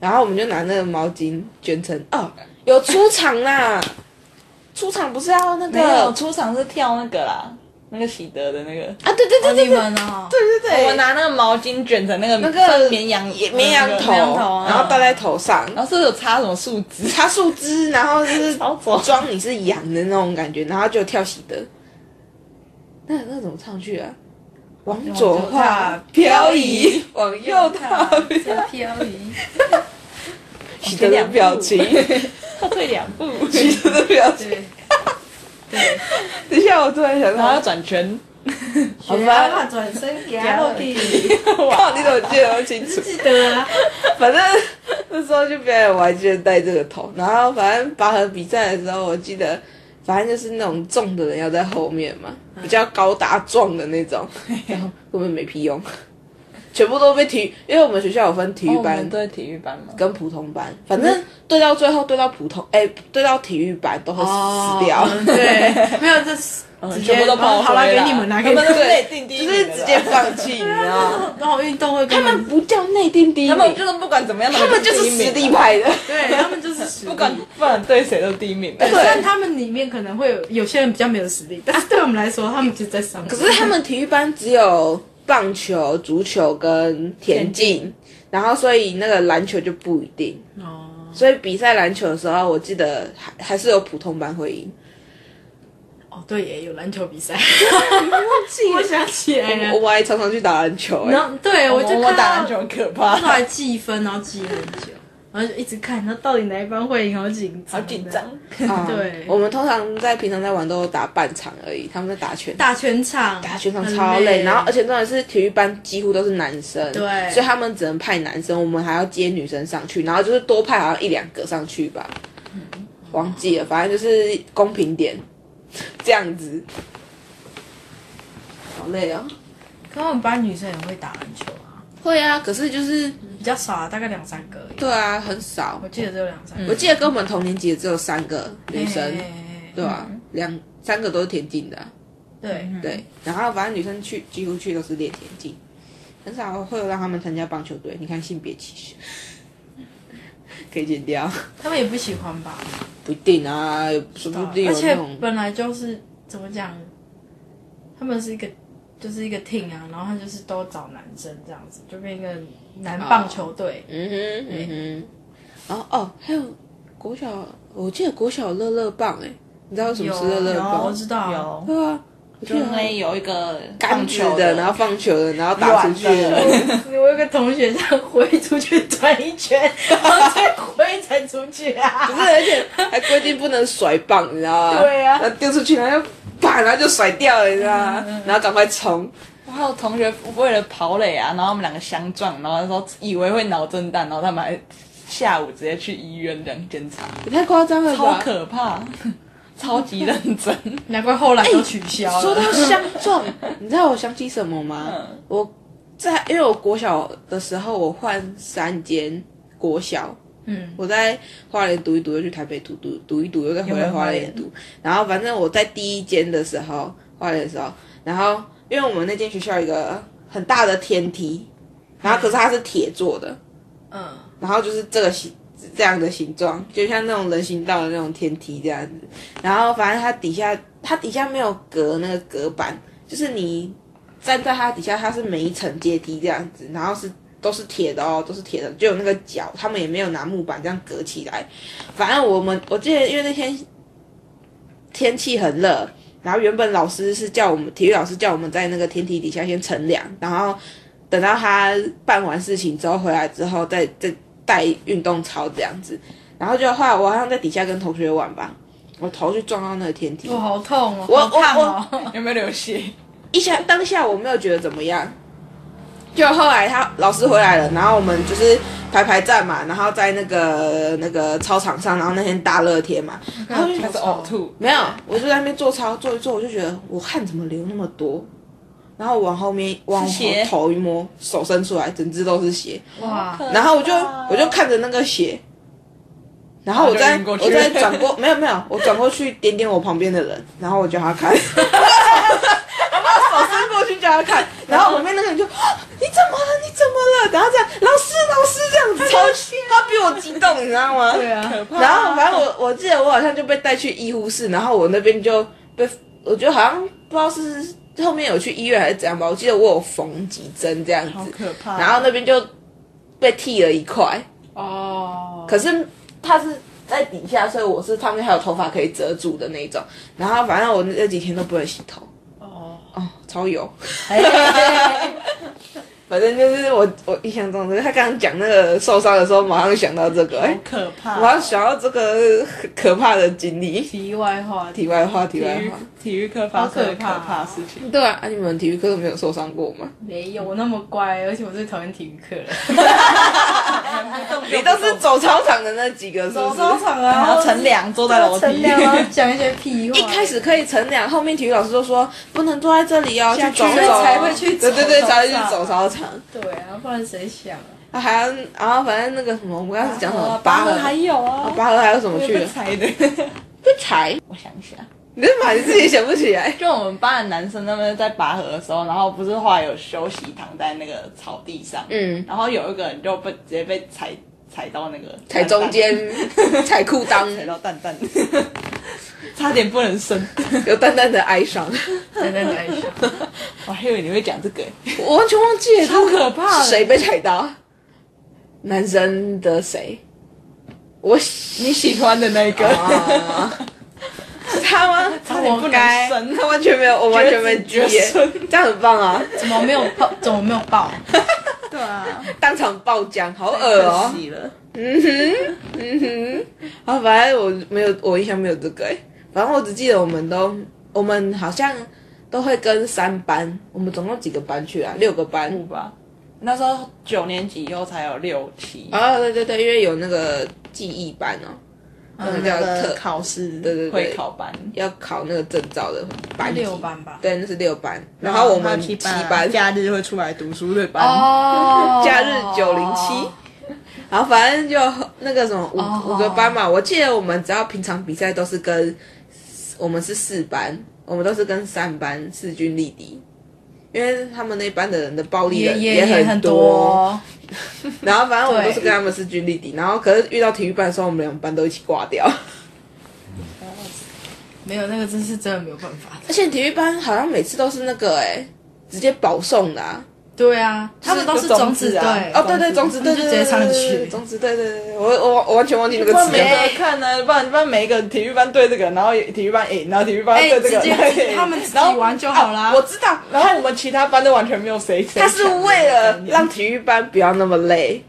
Speaker 1: 然后我们就拿那个毛巾卷成哦，有出场啦， 出场不是要那
Speaker 3: 没有
Speaker 1: 个
Speaker 3: 出场是跳那个啦，那个喜德的那个，
Speaker 1: 啊？对对对对
Speaker 2: 你
Speaker 1: 对
Speaker 2: 们啊，
Speaker 1: 对对
Speaker 3: 我
Speaker 1: 对，
Speaker 3: 拿那个毛巾卷成那个那
Speaker 1: 个
Speaker 3: 绵羊嗯
Speaker 1: 绵羊头，
Speaker 2: 绵羊头啊
Speaker 1: 然后戴在头上，
Speaker 3: 然后是不是有插什么树枝，
Speaker 1: 插树枝，然后就是
Speaker 3: 超丑。
Speaker 1: 装你是羊的那种感觉，然后就跳喜德。那那怎么唱去啊？往左踏漂移，往右踏
Speaker 2: 在漂移，
Speaker 1: 喜德的表情，
Speaker 3: 后退两步，
Speaker 1: 喜德的表情。
Speaker 2: 对对，
Speaker 1: 等一下，我突然想
Speaker 3: 然后要
Speaker 1: 到，
Speaker 3: 转圈，
Speaker 1: 好
Speaker 2: 妈
Speaker 1: 吧，
Speaker 2: 妈转身给他去，
Speaker 1: 靠，你怎么记得那么清楚？
Speaker 2: 记得啊，
Speaker 1: 反正那时候就表演，我还记得戴这个头。然后反正拔河比赛的时候，我记得反正就是那种重的人要在后面嘛，比较高大壮的那 种，然后根本没屁用，全部都被体育，因为我们学校有分体育
Speaker 3: 哦我
Speaker 1: 班
Speaker 3: 们对体育班嘛，
Speaker 1: 跟普通班，反正对到最后对到普通，哎、对到体育班都会死掉。
Speaker 2: 嗯对，没有这是直接
Speaker 3: 全部都跑回来
Speaker 2: 好了，给你们拿给你们
Speaker 3: 他们都
Speaker 1: 对
Speaker 3: 内定第 一
Speaker 1: 就
Speaker 3: 名
Speaker 1: 是
Speaker 3: 的啦
Speaker 1: 直接放弃，你知道吗？
Speaker 2: 然后运动 会
Speaker 1: 他
Speaker 2: 根本
Speaker 1: 们不叫内定第一
Speaker 3: 他
Speaker 1: 名，
Speaker 3: 们就是不管怎么样，
Speaker 1: 他们就是实力
Speaker 3: 吧，
Speaker 1: 派的。
Speaker 2: 对他们就是实力
Speaker 3: 不管不管对谁都第一名。
Speaker 2: 虽然他们里面可能会有有些人比较没有实力，但是对我们来说，他们就是在上面。
Speaker 1: 可是他们体育班只有棒球、足球跟田径，然后所以那个篮球就不一定。
Speaker 2: 哦
Speaker 1: 所以比赛篮球的时候，我记得还还是有普通班会赢。
Speaker 2: 哦，对耶，有篮球比赛，
Speaker 1: 忘记
Speaker 2: 我想起来
Speaker 1: 我
Speaker 2: 了。
Speaker 1: 我还常常去打篮球、欸
Speaker 2: 然，后对我就看
Speaker 3: 我
Speaker 2: 到
Speaker 3: 打篮球很可怕
Speaker 2: 他，来计分，然后计很久，然后就一直看，那到底哪一班会赢，好紧张，哦
Speaker 3: 好紧张。。
Speaker 1: 啊
Speaker 2: 对
Speaker 1: 我们通常在平常在玩都打半场而已，他们在打全。
Speaker 2: 打全场，
Speaker 1: 打哎全场
Speaker 2: 很
Speaker 1: 超累，
Speaker 2: 累，
Speaker 1: 然后而且重点是体育班几乎都是男生，
Speaker 2: 对
Speaker 1: 所以他们只能派男生，我们还要接女生上去，然后就是嗯多派好像一两个上去吧，忘记了，反正就是公平点，这样子，好累啊、
Speaker 2: 可我们班女生也会打篮球啊，
Speaker 1: 会啊，可是就是
Speaker 2: 比较少啊，大概两三个而已。
Speaker 1: 对啊，很少
Speaker 2: 我。记得只有两三个
Speaker 1: 我记得跟我们同年级的只有三个女生，对啊
Speaker 2: 对
Speaker 1: 吧、两三个都是田径的啊、
Speaker 2: 对，
Speaker 1: 对。然后反正女生去几乎去都是练田径，很少会有让他们参加棒球队。你看性别歧视，可以剪掉，
Speaker 2: 他们也不喜欢吧？
Speaker 1: 不一定啊，说不定有
Speaker 2: 而
Speaker 1: 那
Speaker 2: 且
Speaker 1: 种
Speaker 2: 本来就是怎么讲，他们是一个就是一个 team 啊，然后他就是都找男生这样子，就变一个男棒球队。
Speaker 1: 嗯哼，嗯哼，然后哦，还有国小，我记得国小有乐乐棒哎、你知道什么是乐乐
Speaker 2: 有
Speaker 3: 哦
Speaker 2: 我
Speaker 1: 棒？
Speaker 2: 知道，
Speaker 3: 有啊
Speaker 1: 对啊，我记
Speaker 3: 就
Speaker 1: 得
Speaker 3: 那有一个
Speaker 1: 杆
Speaker 3: 棒
Speaker 1: 子
Speaker 3: 球
Speaker 1: 的，然后放球的，然后打出去的
Speaker 3: 软
Speaker 1: 那
Speaker 3: 的
Speaker 1: 个，
Speaker 2: 我有个同学这样挥出去转 一圈，然后再挥才出去啊。
Speaker 1: 不是，而且还规定不能甩棒，你知道吗？
Speaker 2: 对啊
Speaker 1: 然后丢出去，然后就啪，然后就甩掉了，你知道吗？然后赶快冲，
Speaker 3: 我还有同学为了跑垒啊，然后他们两个相撞，然后那时候以为会脑震荡，然后他们还下午直接去医院这样检查，
Speaker 1: 也太夸张了
Speaker 3: 超
Speaker 1: 吧！
Speaker 3: 可怕， 超级认真。
Speaker 2: 难怪后来都取消了。
Speaker 1: 哎说到相撞，你知道我想起什么吗？
Speaker 3: 嗯
Speaker 1: 我在因为我国小的时候，我换三间国小，
Speaker 2: 嗯，
Speaker 1: 我在花莲读一读，又去台北读读读一读，又再回来花莲读。然后反正我在第一间的时候，花莲的时候，然后因为我们那间学校有一个很大的天梯，然后可是它是铁做的，
Speaker 2: 嗯，
Speaker 1: 然后就是这个形这样的形状，就像那种人行道的那种天梯这样子。然后反正它底下它底下没有隔那个隔板，就是你站在它底下，它是每一层阶梯这样子，然后是都是铁的哦，都是铁的，就有那个角，他们也没有拿木板这样隔起来。反正我们我记得，因为那天天气很热。然后原本老师是叫我们体育老师叫我们在那个天梯底下先乘凉，然后等到他办完事情之后回来之后再再带运动操这样子。然后就后来我好像在底下跟同学玩吧，我头就撞到那个天梯，
Speaker 2: 我好痛哦，
Speaker 1: 我
Speaker 2: 好烫哦。
Speaker 3: 有没有流血？
Speaker 1: 一下当下我没有觉得怎么样，就后来他老师回来了，然后我们就是排排站嘛，然后在那个那个操场上，然后那天大热天嘛，然后就哦
Speaker 3: 还是呕吐？
Speaker 1: 没有，我就在那边做操做一做，我就觉得我汗怎么流那么多，然后往后面往
Speaker 3: 是血
Speaker 1: 头一摸，手伸出来，整只都是血，
Speaker 2: 哇，
Speaker 1: 然后我就我就看着那个血，然后我
Speaker 3: 然
Speaker 1: 再
Speaker 3: 后就晕过去
Speaker 1: 我再转过，没有没有，我转过去点点我旁边的人，然后我叫他 看，然后手伸过去叫他看，然后旁边那个人就、啊你怎么了？你怎么了？然后这样老师老师这样子，超他比我激动，你知道吗？
Speaker 2: 对啊，
Speaker 3: 可怕。
Speaker 1: 然后反正我我记得我好像就被带去医护室，然后我那边就被，我觉得好像不知道是后面有去医院还是怎样吧，我记得我有缝几针这样
Speaker 3: 好
Speaker 1: 子，
Speaker 3: 可怕。
Speaker 1: 然后那边就被剃了一块，
Speaker 2: 哦，
Speaker 1: 可是它是在底下，所以我是上面还有头发可以遮住的那一种。然后反正我那几天都不能洗头，
Speaker 2: 哦，
Speaker 1: 哦，超油。
Speaker 2: 嘿嘿嘿
Speaker 1: 反正就是我我印象中，他刚刚讲那个受伤的时候，马上想到这个，哎、
Speaker 3: 好可怕。
Speaker 1: 马上想到这个很可怕的经历。
Speaker 2: 题外话，
Speaker 1: 题外话，题
Speaker 3: 体
Speaker 1: 外
Speaker 3: 育
Speaker 1: 话。
Speaker 3: 体育课发生的
Speaker 2: 好可
Speaker 3: 可
Speaker 2: 怕
Speaker 3: 怕的事情，
Speaker 1: 对啊，啊你们体育课都没有受伤过吗？
Speaker 2: 没有我那么乖，而且我最讨厌体 育课了。
Speaker 1: 你都是走操场的那几个，是不
Speaker 2: 走
Speaker 1: 是？
Speaker 2: 操场啊，
Speaker 3: 然后乘凉啊坐在楼
Speaker 2: 乘
Speaker 3: 梯，
Speaker 2: 凉，然后讲一些 屁话。
Speaker 1: 啊一开始可以乘凉，后面体育老师就说不能坐在这里哦，
Speaker 3: 下
Speaker 1: 去
Speaker 3: 去
Speaker 1: 走
Speaker 3: 所以
Speaker 1: 走，
Speaker 3: 才会去
Speaker 1: 对对对，
Speaker 3: 走操场
Speaker 1: 才会去走操场。
Speaker 2: 对啊，不然谁想啊？
Speaker 1: 啊，还要，然后反正那个什么，我们刚刚是讲什么
Speaker 3: 哦拔
Speaker 1: 拔
Speaker 3: 河
Speaker 1: 河，
Speaker 3: 还有啊，
Speaker 1: 拔河还有什么去
Speaker 3: 被
Speaker 1: 了？
Speaker 3: 猜的。
Speaker 1: 被踩？
Speaker 3: 我想一下，
Speaker 1: 你在把你自己想不起来？
Speaker 3: 就我们班的男生他们在拔河的时候，然后不是后来有休息躺在那个草地上，
Speaker 1: 嗯，
Speaker 3: 然后有一个人就被直接被踩踩到那个
Speaker 1: 踩中间，踩裤
Speaker 3: 蛋蛋，踩
Speaker 1: 裆，
Speaker 3: 到蛋蛋，差点不能生。
Speaker 1: 有淡淡的哀 伤。
Speaker 2: 真的来想，
Speaker 3: 我还以为你会讲这个，
Speaker 1: 我完全忘记了，
Speaker 3: 超可怕的
Speaker 1: 是谁被踩到？男生的谁？我喜
Speaker 3: 你喜欢的那一个，
Speaker 1: 啊，是他吗？
Speaker 3: 差点不
Speaker 2: 活
Speaker 3: 能
Speaker 2: 该
Speaker 3: 生。
Speaker 1: 他完全没有，我完全没记
Speaker 3: 绝
Speaker 1: 耶
Speaker 3: 子绝，
Speaker 1: 这样很棒啊！
Speaker 2: 怎么没有爆？怎么没有爆？
Speaker 3: 对啊，
Speaker 1: 当场爆浆，好恶哦、
Speaker 3: 可惜了。
Speaker 1: 啊，反正我没有，我印象没有这个、欸。反正我只记得我们都，我们好像都会跟三班，我们总共几个班去啊？六个班。
Speaker 3: 五吧，那时候九年级以后才有六七，
Speaker 1: 啊，对对对，因为有那个记忆班哦、那个
Speaker 3: 嗯
Speaker 1: 叫
Speaker 3: 那
Speaker 1: 特
Speaker 3: 个考试
Speaker 1: 对对对
Speaker 3: 会考班，
Speaker 1: 要考那个证照的班级
Speaker 2: 六班吧
Speaker 1: 对，那是六班，然后我们
Speaker 3: 还有七啊
Speaker 1: 班，
Speaker 3: 假日会出来读书的班，
Speaker 2: 哦
Speaker 1: 假日907然后反正就那个什么五、
Speaker 2: 哦
Speaker 1: 五个班嘛，我记得我们只要平常比赛都是跟我们是四班，我们都是跟三班势均力敌，因为他们那班的人的暴力
Speaker 2: 也
Speaker 1: 人
Speaker 2: 也
Speaker 1: 很
Speaker 2: 很多，
Speaker 1: 然后反正我们都是
Speaker 2: 对
Speaker 1: 跟他们势均力敌，然后可是遇到体育班的时候，我们两班都一起挂掉。
Speaker 2: 没有那个真是真的没有办法的。
Speaker 1: 而且体育班好像每次都是那个哎、直接保送的、啊。
Speaker 2: 对啊，他们都是种
Speaker 3: 就种
Speaker 2: 子
Speaker 3: 子啊
Speaker 2: 队
Speaker 1: 哦，对对，中
Speaker 3: 种
Speaker 1: 职
Speaker 3: 子
Speaker 1: 对对
Speaker 2: 就直接上去
Speaker 1: 中职对对对，我我我完全忘记那个
Speaker 3: 不然
Speaker 1: 词
Speaker 3: 没
Speaker 1: 了。
Speaker 3: 得看呢、不然不然每一个体育班对这个，然后体育班赢，然后体育班
Speaker 2: 哎
Speaker 3: 对这个，
Speaker 2: 直接
Speaker 3: 然后赢
Speaker 2: 他们自己
Speaker 3: 然后
Speaker 2: 玩就好啦
Speaker 3: 啊我知道，然后我们其他班都完全没有谁。谁
Speaker 1: 他是
Speaker 3: 强
Speaker 1: 为了让体育班不要那么累，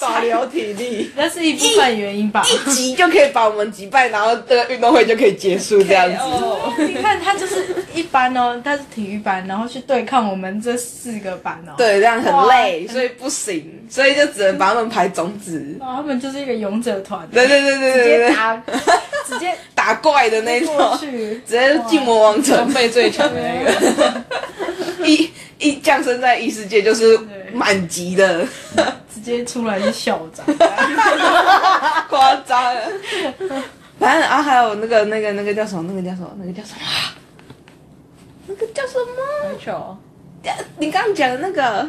Speaker 3: 保留体 力，
Speaker 2: 那是一部分原因吧。
Speaker 1: 一集就可以把我们击败，然后这个运动会就可以结束这样子。
Speaker 3: 哦，
Speaker 2: 你看他就是一班哦，他是体育班，然后去对抗我们这四个班哦。，
Speaker 1: 对，这样很累，
Speaker 2: 哇
Speaker 1: 所以不行，所以就只能把他们排中职。
Speaker 2: 然后他们就是一个勇者团，
Speaker 1: 对对对对
Speaker 2: 直
Speaker 1: 对
Speaker 2: 接
Speaker 1: 对，
Speaker 2: 打，直接
Speaker 1: 打怪的那种
Speaker 2: 过，去。
Speaker 1: 直接进魔王城，
Speaker 3: 备最强的那个。
Speaker 1: 一一降生在异世界就是
Speaker 2: 对
Speaker 1: 满级的，
Speaker 2: 直接出来是校长，
Speaker 1: 夸张了。反正啊，还有那个那个那个叫什么？那个叫什么？那个叫什么？那个叫什么？
Speaker 3: 球
Speaker 1: 呃你刚刚讲的那个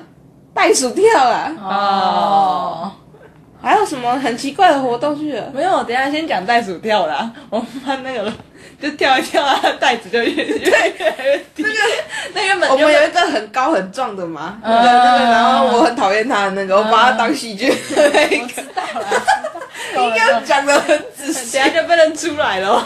Speaker 1: 袋鼠跳 啊？
Speaker 3: 哦，
Speaker 1: 还有什么很奇怪的活动去了？
Speaker 3: 没有，等一下先讲袋鼠跳啦。我们班那个就跳一跳啊，袋子就越越越来越低。那个那原本
Speaker 1: 我们
Speaker 3: 原
Speaker 1: 有
Speaker 3: 本
Speaker 1: 一个很高很壮的嘛，对
Speaker 3: 嗯
Speaker 1: 对对，然后我很讨厌他的那个，我把他当喜剧的那一个，
Speaker 3: 应
Speaker 1: 刚刚讲的很仔
Speaker 3: 等一
Speaker 1: 细，
Speaker 3: 下就被认出来了。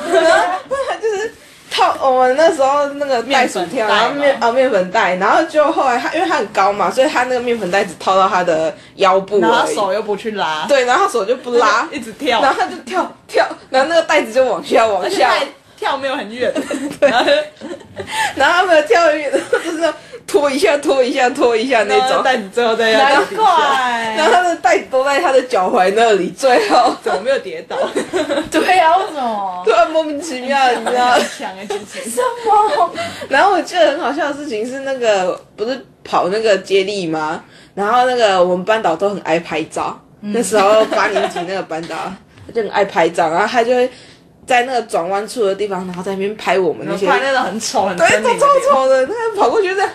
Speaker 1: 套我们那时候那个袋鼠跳，然
Speaker 3: 面粉袋吗
Speaker 1: 后面啊面粉袋，然后就后来他因为他很高嘛，所以他那个面粉袋只套到他的腰部
Speaker 3: 然后
Speaker 1: 而已，
Speaker 3: 手又不去拉，
Speaker 1: 对，然后他手就不拉，
Speaker 3: 一直跳，
Speaker 1: 然后他就跳跳，然后那个袋子就往下往
Speaker 3: 而且他
Speaker 1: 下，
Speaker 3: 还跳没有很远，然后
Speaker 1: 然后他们跳远，然后就是拖一下拖一下拖一下那
Speaker 3: 然后
Speaker 1: 种，
Speaker 3: 袋子最后在
Speaker 1: 难
Speaker 3: 底下，
Speaker 1: 然后他的袋子都在他的脚踝那里，最 后
Speaker 3: 怎么没有跌倒？
Speaker 2: 对啊，为什么
Speaker 1: 突？然莫名其妙，你知道
Speaker 3: 很？强哎，其实
Speaker 1: 然后我记得很好笑的事情是，那个不是跑那个接力吗？然后那个我们班导都很爱拍照，
Speaker 3: 嗯
Speaker 1: 那时候八年级那个班导 他就很爱拍照，然后他就会在那个转弯处的地方，然后在那边拍我们那些，
Speaker 3: 拍那种很丑很狰
Speaker 1: 对，
Speaker 3: 狞
Speaker 1: 都
Speaker 3: 的
Speaker 1: 超丑的，他跑过去这样，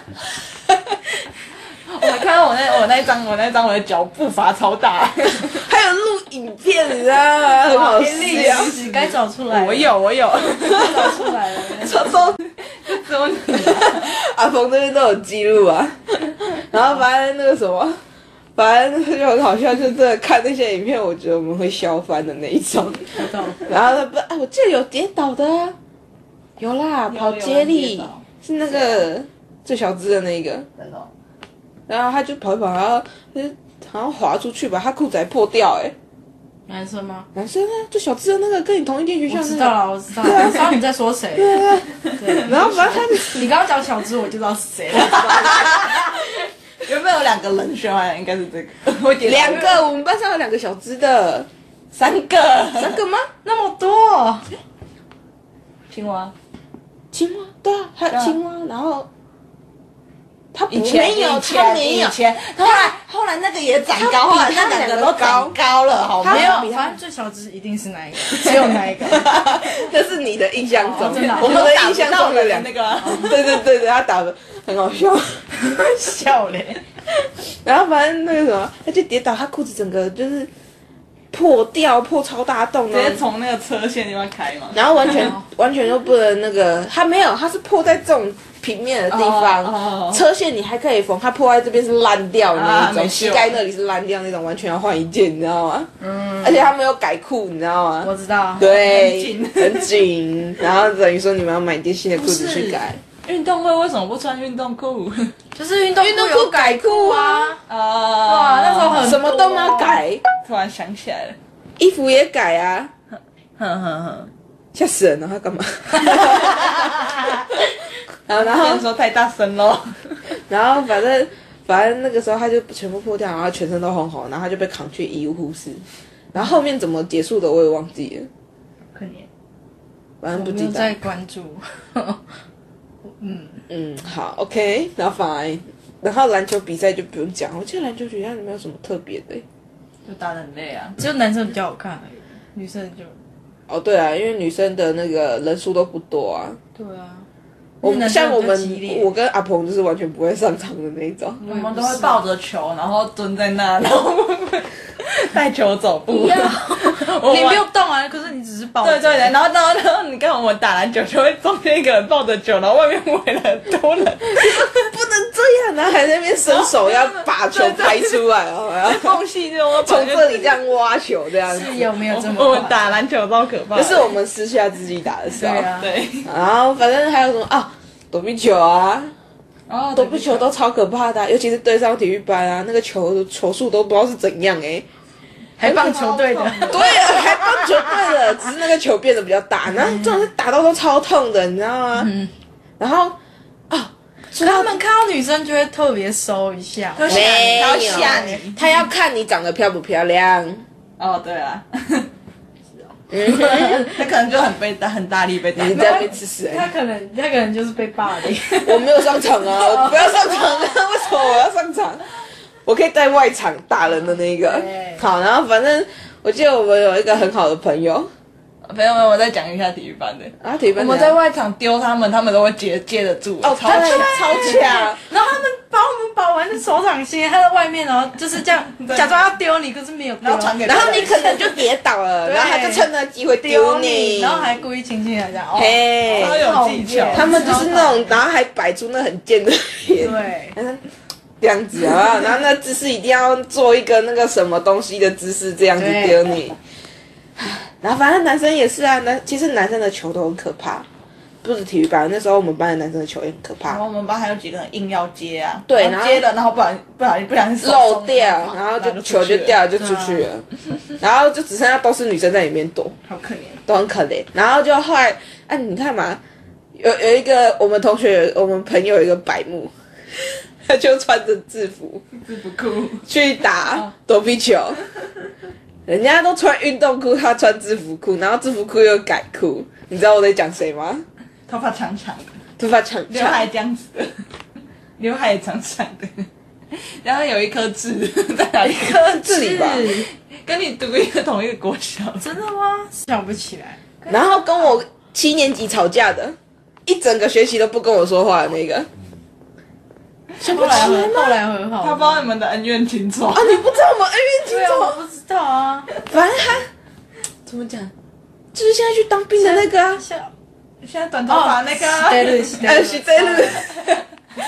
Speaker 3: 我看到我那我那一张我那一张我的脚步伐超大，
Speaker 1: 还有录影片，你知道吗？很好
Speaker 3: 啊
Speaker 1: 笑。
Speaker 2: 史该找出
Speaker 1: 啊
Speaker 2: 来了，
Speaker 3: 我有我 有，
Speaker 2: 啊该找出来了。
Speaker 1: 他说
Speaker 3: 怎么
Speaker 1: 阿峰这边都有记录啊， 然后反正那个什么，反正就很好笑，就真的看那些影片，我觉得我们会笑翻的那一种。
Speaker 2: 不懂，
Speaker 1: 然后他不，哎，我记得有跌倒的、啊，有啦，跑接力是那个最小只的那个，
Speaker 3: 那种
Speaker 1: 然后他就跑一跑，然后他就好像滑出去吧，他裤子还破掉、哎，
Speaker 2: 男生吗？
Speaker 1: 男生啊，最小只的那个跟你同一间学校
Speaker 2: 我
Speaker 1: 那
Speaker 2: 知
Speaker 1: 个，
Speaker 2: 道了，我知 道了，我知道你在说谁。对，
Speaker 1: 然后反正他就
Speaker 2: 你刚刚讲小资，我就知道是谁了。
Speaker 3: 原本有两个人选，好啊像应该是这个，我点
Speaker 1: 两个，我们班上有两个小只的，
Speaker 3: 三个
Speaker 1: 三个吗？
Speaker 2: 那么多，
Speaker 3: 青蛙，
Speaker 1: 青蛙，对啊，还有
Speaker 3: 啊
Speaker 1: 青蛙，然后他不
Speaker 3: 以前
Speaker 1: 没有，
Speaker 3: 以前
Speaker 1: 他没有
Speaker 3: 以，前后来后来那个也长高，后来那两个都长高了，好
Speaker 1: 他
Speaker 3: 吗？
Speaker 2: 没
Speaker 1: 比
Speaker 2: 有，
Speaker 1: 他
Speaker 2: 反正最小资一定是哪一个，只有哪一个。
Speaker 1: 这是你的印象中
Speaker 2: 哦真的啊，
Speaker 1: 我们的
Speaker 3: 打
Speaker 1: 印
Speaker 3: 不
Speaker 1: 象
Speaker 3: 到
Speaker 1: 中的
Speaker 3: 人
Speaker 1: 两
Speaker 3: 那
Speaker 1: 个，
Speaker 3: 个，
Speaker 1: 对对对对，他打的很好 笑。
Speaker 2: 笑嘞，
Speaker 1: 然后反正那个什么，他就跌倒，他裤子整个就是破掉，破超大洞
Speaker 3: 直接
Speaker 1: 啊，
Speaker 3: 从那个车线地方开嘛。
Speaker 1: 然后完全完全都不能那个，他没有，他是破在这种平面的地
Speaker 3: 哦哦
Speaker 1: 方，
Speaker 3: 哦
Speaker 1: 车线你还可以缝，他破在这边是烂掉的那一
Speaker 3: 啊
Speaker 1: 种，
Speaker 3: 没救
Speaker 1: 膝盖那里是烂掉那种，完全要换一件，你知道吗？嗯，而且他没有改裤，你知道
Speaker 2: 我
Speaker 1: 吗？
Speaker 2: 知道。
Speaker 1: 对
Speaker 3: 很，紧
Speaker 1: 很紧，然后等于说你们要买一件新的裤子
Speaker 3: 不是
Speaker 1: 去改。
Speaker 3: 运动会为什么不穿运动裤？
Speaker 2: 就是运动
Speaker 1: 运动裤改裤啊，
Speaker 3: 啊，
Speaker 2: 哇
Speaker 3: 哇
Speaker 2: 那时候很
Speaker 1: 什么都要改，
Speaker 3: 突然想起来了，
Speaker 1: 衣服也改啊，
Speaker 3: 哼哼哼，
Speaker 1: 吓死人了，他干嘛？然后然
Speaker 3: 那时
Speaker 1: 后
Speaker 3: 候太大声喽，
Speaker 1: 然后反正反正那个时候他就全部破掉，然后全身都红红，然后他就被扛去医务护士，然后后面怎么结束的我也忘记了，
Speaker 2: 可怜，
Speaker 1: 反正
Speaker 2: 我
Speaker 1: 不
Speaker 2: 没
Speaker 1: 记
Speaker 2: 有在
Speaker 1: 得。
Speaker 2: 关注。
Speaker 1: 嗯，好，OK，然后 fine，然后篮球比赛就不用讲，我记得篮球比赛里面有什么特别的欸、
Speaker 3: 就打得很累啊。
Speaker 2: 只有男生比较好看而已，女生就
Speaker 1: 哦，对啊，因为女生的那个人数都不多啊。
Speaker 2: 对啊。
Speaker 1: 我
Speaker 2: 因为男生
Speaker 1: 像我
Speaker 2: 比较
Speaker 1: 们
Speaker 2: 激，烈嗯
Speaker 1: 我跟阿鹏就是完全不会上场的那一种。
Speaker 3: 我们都会抱着球，然后蹲在那，然 后带球走步。 我
Speaker 2: 你没有动啊，可是你只是抱着。
Speaker 3: 对对对，然后然后然后你看我们打篮球就会中间一个人抱着球，然后外面围了很多
Speaker 1: 不
Speaker 3: 人，
Speaker 1: 能这样啊，还在那边伸手要把球拍出来 哦，然后
Speaker 3: 缝隙就我
Speaker 1: 从这里这样挖球这样子。
Speaker 2: 是有没有这 么
Speaker 3: 我们
Speaker 2: 夸张？
Speaker 3: 打篮球超可怕的，
Speaker 1: 这是我们私下自己打的时候。
Speaker 2: 对啊
Speaker 3: 对，
Speaker 1: 然后反正还有什么啊，躲避球啊，
Speaker 3: 然
Speaker 2: 哦
Speaker 3: 后
Speaker 1: 躲避球都超可怕的啊、尤其是对上体育班啊，那个球球速都不知道是怎样哎、
Speaker 2: 还棒球队的，
Speaker 1: 对啊，还棒球队的，只是那个球变得比较大，然后
Speaker 2: 嗯
Speaker 1: 这种是打到都超痛的，你知道吗？然后啊，说到
Speaker 2: 他们看到女生就会特别收一下。
Speaker 3: 吓
Speaker 1: 没
Speaker 3: 你，
Speaker 1: 有
Speaker 3: 他会吓你。
Speaker 1: 他要看你长得漂不漂亮，
Speaker 3: 哦，对啊，
Speaker 1: 嗯 哼
Speaker 3: 他可能就很被打，很大力被打。
Speaker 1: 你在那边吃屎欸
Speaker 2: 他可能他可能就是被霸凌，
Speaker 1: 我没有上场 啊，我不要上场啊！为什么我要上场？我可以在外场打人的那一个
Speaker 2: 对。
Speaker 1: 好，然后反正我记得我们有一个很好的朋友
Speaker 3: 朋友们，我再讲一下体育班的。
Speaker 1: 啊，体育
Speaker 3: 我
Speaker 1: 班
Speaker 3: 们
Speaker 1: 怎
Speaker 3: 在
Speaker 1: 样
Speaker 3: 外场丢他们，他们都会接接得住。
Speaker 1: 哦，
Speaker 3: 超
Speaker 1: 他
Speaker 3: 强
Speaker 1: 超强，
Speaker 2: 然后他们把我们把玩的手掌心，他在外面，然后就是这样假装要丢你，可是没有丢，
Speaker 3: 然后传给
Speaker 1: 然后你可能就跌倒了，
Speaker 2: 对
Speaker 1: 然后他就趁那机会丢
Speaker 2: 丢
Speaker 1: 你，
Speaker 2: 然后还故意轻轻的这样，哦，
Speaker 1: 嘿，
Speaker 3: 超有技巧
Speaker 1: 他们就是那种，
Speaker 2: 超讨厌
Speaker 1: 然后还摆出那很 贱的 脸，
Speaker 2: 对，
Speaker 1: 这样子好不好？然后那姿势一定要做一个那个什么东西的姿势，这样子丢你。然后反正男生也是啊，男其实男生的球都很可怕，不是体育班，那时候我们班的男生的球也很可
Speaker 2: 哦
Speaker 3: 然
Speaker 1: 怕
Speaker 3: 后，我们班还有几个人硬要接啊，
Speaker 1: 对
Speaker 3: 然后接了，然后不然不小心不小心手
Speaker 1: 漏
Speaker 3: 松
Speaker 1: 掉，
Speaker 3: 了
Speaker 1: 然后就
Speaker 3: 出
Speaker 1: 球
Speaker 3: 去
Speaker 1: 就
Speaker 3: 了，啊
Speaker 1: 掉了就出去了， 然后就只剩下都是女生在里面躲，
Speaker 2: 好可怜，
Speaker 1: 都很可怜。然后就后来，哎、你看嘛，有有一个我们同学，我们朋友有一个白目， 他就穿着制服，
Speaker 3: 字不哭。
Speaker 1: 去打躲避球，人家都穿运动裤，他穿制服裤，然后制服裤又改裤，你知道我在讲谁吗？
Speaker 3: 头发长长的，
Speaker 1: 头发长
Speaker 3: 刘
Speaker 1: 长，
Speaker 3: 海这样子的， 刘海也长长的， 然后有一颗痣 在哪里？
Speaker 1: 这里吧。
Speaker 2: 是
Speaker 3: 跟你读一个同一个国小，
Speaker 2: 真的吗？想不起来，
Speaker 1: 然后跟我七年级吵架的，一整个学期都不跟我说话的那个，想不
Speaker 2: 后
Speaker 1: 起来
Speaker 2: 来和
Speaker 1: 吗？
Speaker 2: 后
Speaker 3: 啊
Speaker 2: 来和好，
Speaker 3: 他不知道你们的恩怨情仇
Speaker 1: 啊，。你不知道我们恩怨情
Speaker 2: 对啊，
Speaker 1: 仇
Speaker 2: 我，不知道啊，
Speaker 1: 反正他
Speaker 2: 怎么讲？
Speaker 1: 就是现在去当兵的那个啊，
Speaker 2: 像
Speaker 3: 现在短
Speaker 2: 哦
Speaker 3: 头发那
Speaker 2: 对
Speaker 3: 个，
Speaker 2: 对
Speaker 1: 呃，
Speaker 2: 对，
Speaker 1: 徐飞 路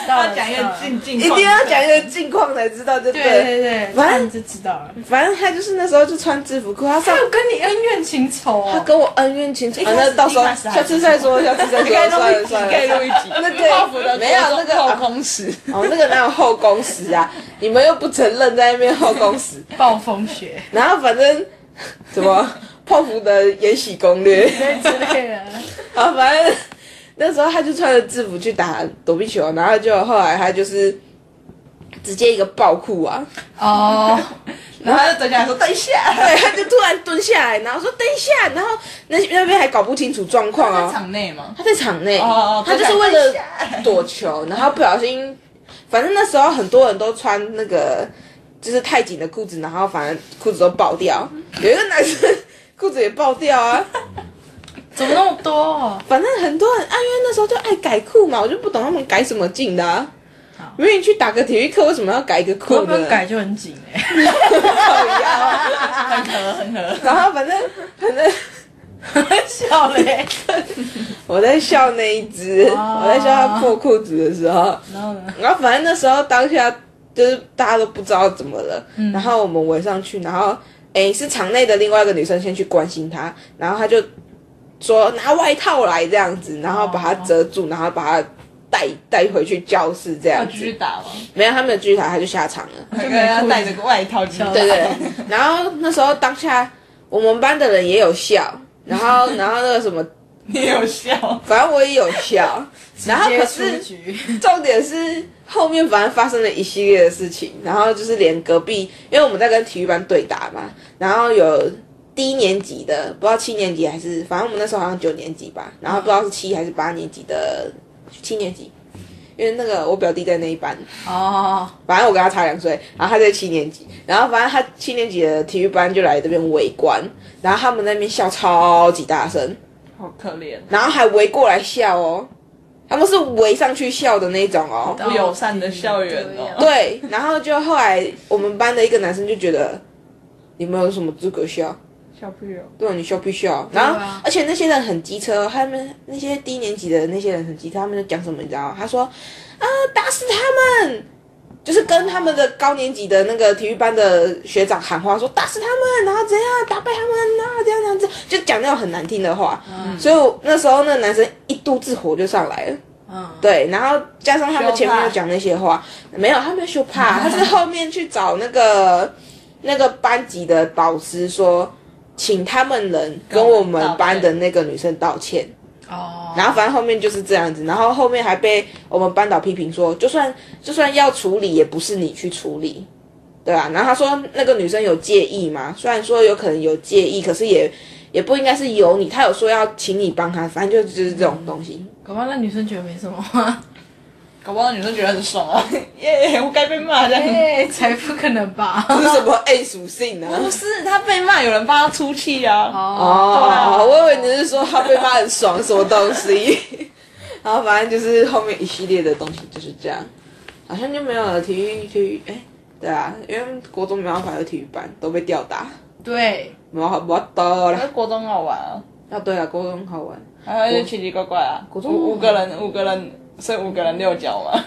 Speaker 2: 到
Speaker 3: 要讲一个近近
Speaker 1: 一定要讲一个近况才知道，对不
Speaker 2: 对
Speaker 1: 对？
Speaker 2: 对对，
Speaker 1: 反
Speaker 2: 反
Speaker 1: 正
Speaker 2: 正就知道了。
Speaker 1: 反正他就是那时候就穿制服裤，他上
Speaker 2: 他有跟你恩怨情仇
Speaker 1: 他
Speaker 2: 哦，
Speaker 1: 跟我恩怨情仇，
Speaker 3: 一
Speaker 1: 啊
Speaker 3: 开始
Speaker 1: 那到时候
Speaker 3: 一开始还
Speaker 1: 下次再说，下次再说，
Speaker 3: 可以录
Speaker 1: 算
Speaker 3: 一
Speaker 1: 了
Speaker 3: 集，
Speaker 1: 算
Speaker 3: 可以
Speaker 1: 了。
Speaker 3: 录一集。
Speaker 1: 那个
Speaker 3: 报复的
Speaker 1: 没有那个
Speaker 3: 后宫史，
Speaker 1: 哦，那个哪有后宫史啊？你们又不承认在那边后宫史，
Speaker 2: 暴风雪
Speaker 1: 然后反正怎么泡芙的《延禧攻略》
Speaker 2: 之类的，
Speaker 1: 啊，反正那时候他就穿着制服去打躲避球，啊然后就后来他就是直接一个暴哭啊，
Speaker 2: 哦，
Speaker 3: 然后他就蹲下来说：“等一下。
Speaker 1: 对，他就突然蹲下来，然后说等一下，然后那那边还搞不清楚状”况
Speaker 3: 在
Speaker 1: 啊，
Speaker 3: 场内吗？
Speaker 1: 他在场内，
Speaker 3: 哦哦
Speaker 1: 他就是
Speaker 3: 在场
Speaker 1: 为
Speaker 3: 内
Speaker 1: 了躲球，然后不小心，反正那时候很多人都穿那个就是太紧的裤子，然后反正裤子都爆掉，有一个男生裤子也爆掉 啊，
Speaker 2: 怎么那么多哦？
Speaker 1: 反正很多人啊，因为那时候就爱改裤嘛，我就不懂他们改什么劲的、啊
Speaker 2: 好。
Speaker 1: 明明去打个体育课，为什么要改一个
Speaker 2: 我
Speaker 1: 裤
Speaker 2: 要不要
Speaker 1: 呢？
Speaker 2: 改就很紧哎，
Speaker 1: 靠腰啊
Speaker 3: 很合很合。
Speaker 1: 然后反正反正
Speaker 2: 笑嘞。
Speaker 1: 我在笑那一只，
Speaker 2: 哦
Speaker 1: 我在笑他破裤子的时候，
Speaker 2: 然后呢？
Speaker 1: 然后反正那时候当下就是大家都不知道怎么了，
Speaker 2: 嗯
Speaker 1: 然后我们围上去，然后诶是场内的另外一个女生先去关心她，然后她就说拿外套来这样子，然后把
Speaker 2: 哦
Speaker 1: 它遮住，然后把它带带回去教室这
Speaker 3: 要
Speaker 2: 哦
Speaker 1: 样
Speaker 3: 继
Speaker 1: 子
Speaker 3: 续。打吗？
Speaker 1: 没有，他没有狙他，他就下场了。
Speaker 3: 就要带着个外套去打。
Speaker 1: 对 对，然后那时候当下我们班的人也有笑，然后然后那个什么
Speaker 3: 你有笑？
Speaker 1: 反正我也有笑。然后可是
Speaker 2: 直接出局
Speaker 1: 重点是后面反正发生了一系列的事情，然后就是连隔壁，因为我们在跟体育班对打嘛，然后有低年级的，不知道七年级还是，反正我们那时候好像九年级吧，然后不知道是七还是八年级的七年级，因为那个我表弟在那一班，
Speaker 3: 哦，
Speaker 1: 反正我跟他差两岁，然后他在七年级，然后反正他七年级的体育班就来这边围观，然后他们那边笑超级大声，
Speaker 3: 好可怜，
Speaker 1: 然后还围过来笑哦，他们是围上去笑的那种哦，
Speaker 3: 不友善的校园
Speaker 2: 哦
Speaker 3: 哦。
Speaker 1: 对，然后就后来我们班的一个男生就觉得，你们有什么资格笑？
Speaker 3: 小朋友，
Speaker 1: 对啊，你笑必笑。然后、
Speaker 2: 对啊
Speaker 1: 而且那些人很机车哦，他们那些低年级的那些人很机车，他们就讲什么你知道吗？他说啊，打死他们。就是跟他们的高年级的那个体育班的学长喊话说打死他们，然后怎样打败他们，然后怎样怎样怎样，就讲那种很难听的话。所以我那时候那个男生一肚子火就上来了。
Speaker 2: 嗯，
Speaker 1: 对，然后加上他们前面
Speaker 3: 羞
Speaker 1: 有
Speaker 3: 怕
Speaker 1: 讲那些话，没有，他没有羞怕，他 是后面去找那个那个班级的导师说，请他们人跟我们班的那个女生道歉。
Speaker 2: 哦，
Speaker 1: 然后反正后面就是这样子，然后后面还被我们班导批评说，就算就算要处理，也不是你去处理，对啊。然后他说那个女生有介意吗？虽然说有可能有介意，可是也也不应该是由你，他有说要请你帮他，反正就就是这种东西。
Speaker 2: 搞不好那女生觉得没什么，啊
Speaker 3: 搞不好女生觉得很爽啊，耶，我该被骂这样。
Speaker 2: 哎，才不可能吧？
Speaker 1: 这是什么 A 属性呢、
Speaker 3: 不是，他被骂，有人帮他出气啊。
Speaker 1: 哦，我以为你是说他被骂很爽什么东西，然后反正就是后面一系列的东西就是这样，好像就没有了体育体育哎、对啊，因为国中没办法有体育班，都被吊打，
Speaker 2: 对，啊
Speaker 1: 没办法没得
Speaker 3: 可
Speaker 1: 啦。
Speaker 3: 是国中好玩啊，
Speaker 1: 啊，对啊，国中好玩，
Speaker 3: 还有就奇奇怪怪啊。国
Speaker 1: 中
Speaker 3: 五五个人，五个人，所以五个人六角嘛，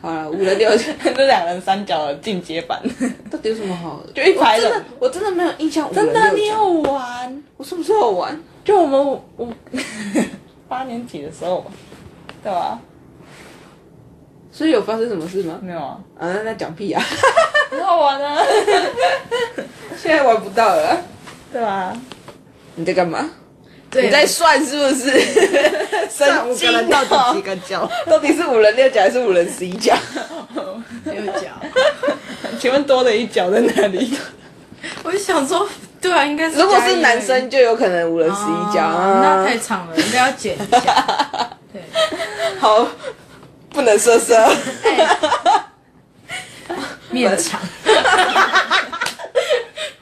Speaker 1: 好了，五人六
Speaker 3: 这两人三角的进阶版。
Speaker 1: 到底有什么好？
Speaker 3: 就一排
Speaker 1: 我真的
Speaker 3: 人
Speaker 1: 我真的没有印象五人
Speaker 3: 真
Speaker 1: 六
Speaker 3: 的，你
Speaker 1: 角
Speaker 3: 有玩？
Speaker 1: 我什么时候玩？
Speaker 3: 就我们五五 八年级的时候吧，对吧？
Speaker 1: 所以有发生什么事吗？
Speaker 3: 没有啊，
Speaker 1: 啊，那那讲屁啊，
Speaker 3: 很好玩啊，
Speaker 1: 现在玩不到了啊。
Speaker 3: 对吧？
Speaker 1: 你在干嘛？
Speaker 2: 对，
Speaker 1: 你在算是不是？ 神经哦
Speaker 3: 个角？
Speaker 1: 到底是五人六角还是五人十一 角？
Speaker 2: 有讲，
Speaker 3: 请问多的一角在哪里？
Speaker 2: 我就想说，对啊，应该是
Speaker 1: 如果
Speaker 2: 加一
Speaker 1: 是
Speaker 2: 而
Speaker 1: 男
Speaker 2: 已
Speaker 1: 生，就有可能五人十一角
Speaker 2: 哦那太
Speaker 1: 啊。
Speaker 2: 长了，应该要剪一下。对，
Speaker 1: 好，不能色 色。
Speaker 2: 面长。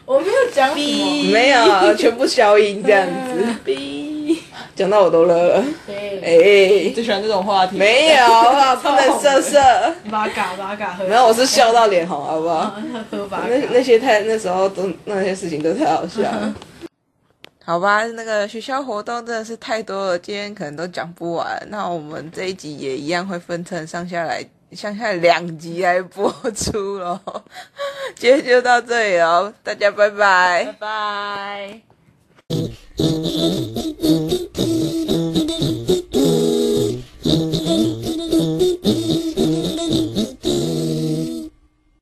Speaker 2: 我没有讲什么。
Speaker 1: 没有，全部消音这样子。 哔讲到我都乐了。哎、
Speaker 2: 对，
Speaker 3: 最喜欢这种话题。
Speaker 1: 没有 啊，不能色色。
Speaker 2: 八嘎八嘎喝。
Speaker 1: 没有，我是笑到脸红，好不好？
Speaker 2: 喝八
Speaker 1: 那
Speaker 2: 嘎。
Speaker 1: 那些太那时候都那些事情都太好笑了。好吧，那个学校活动真的是太多了，今天可能都讲不完。那我们这一集也一样会分成上下来上下两集来播出喽。 今天就到这里喽，大家拜拜
Speaker 3: 拜拜。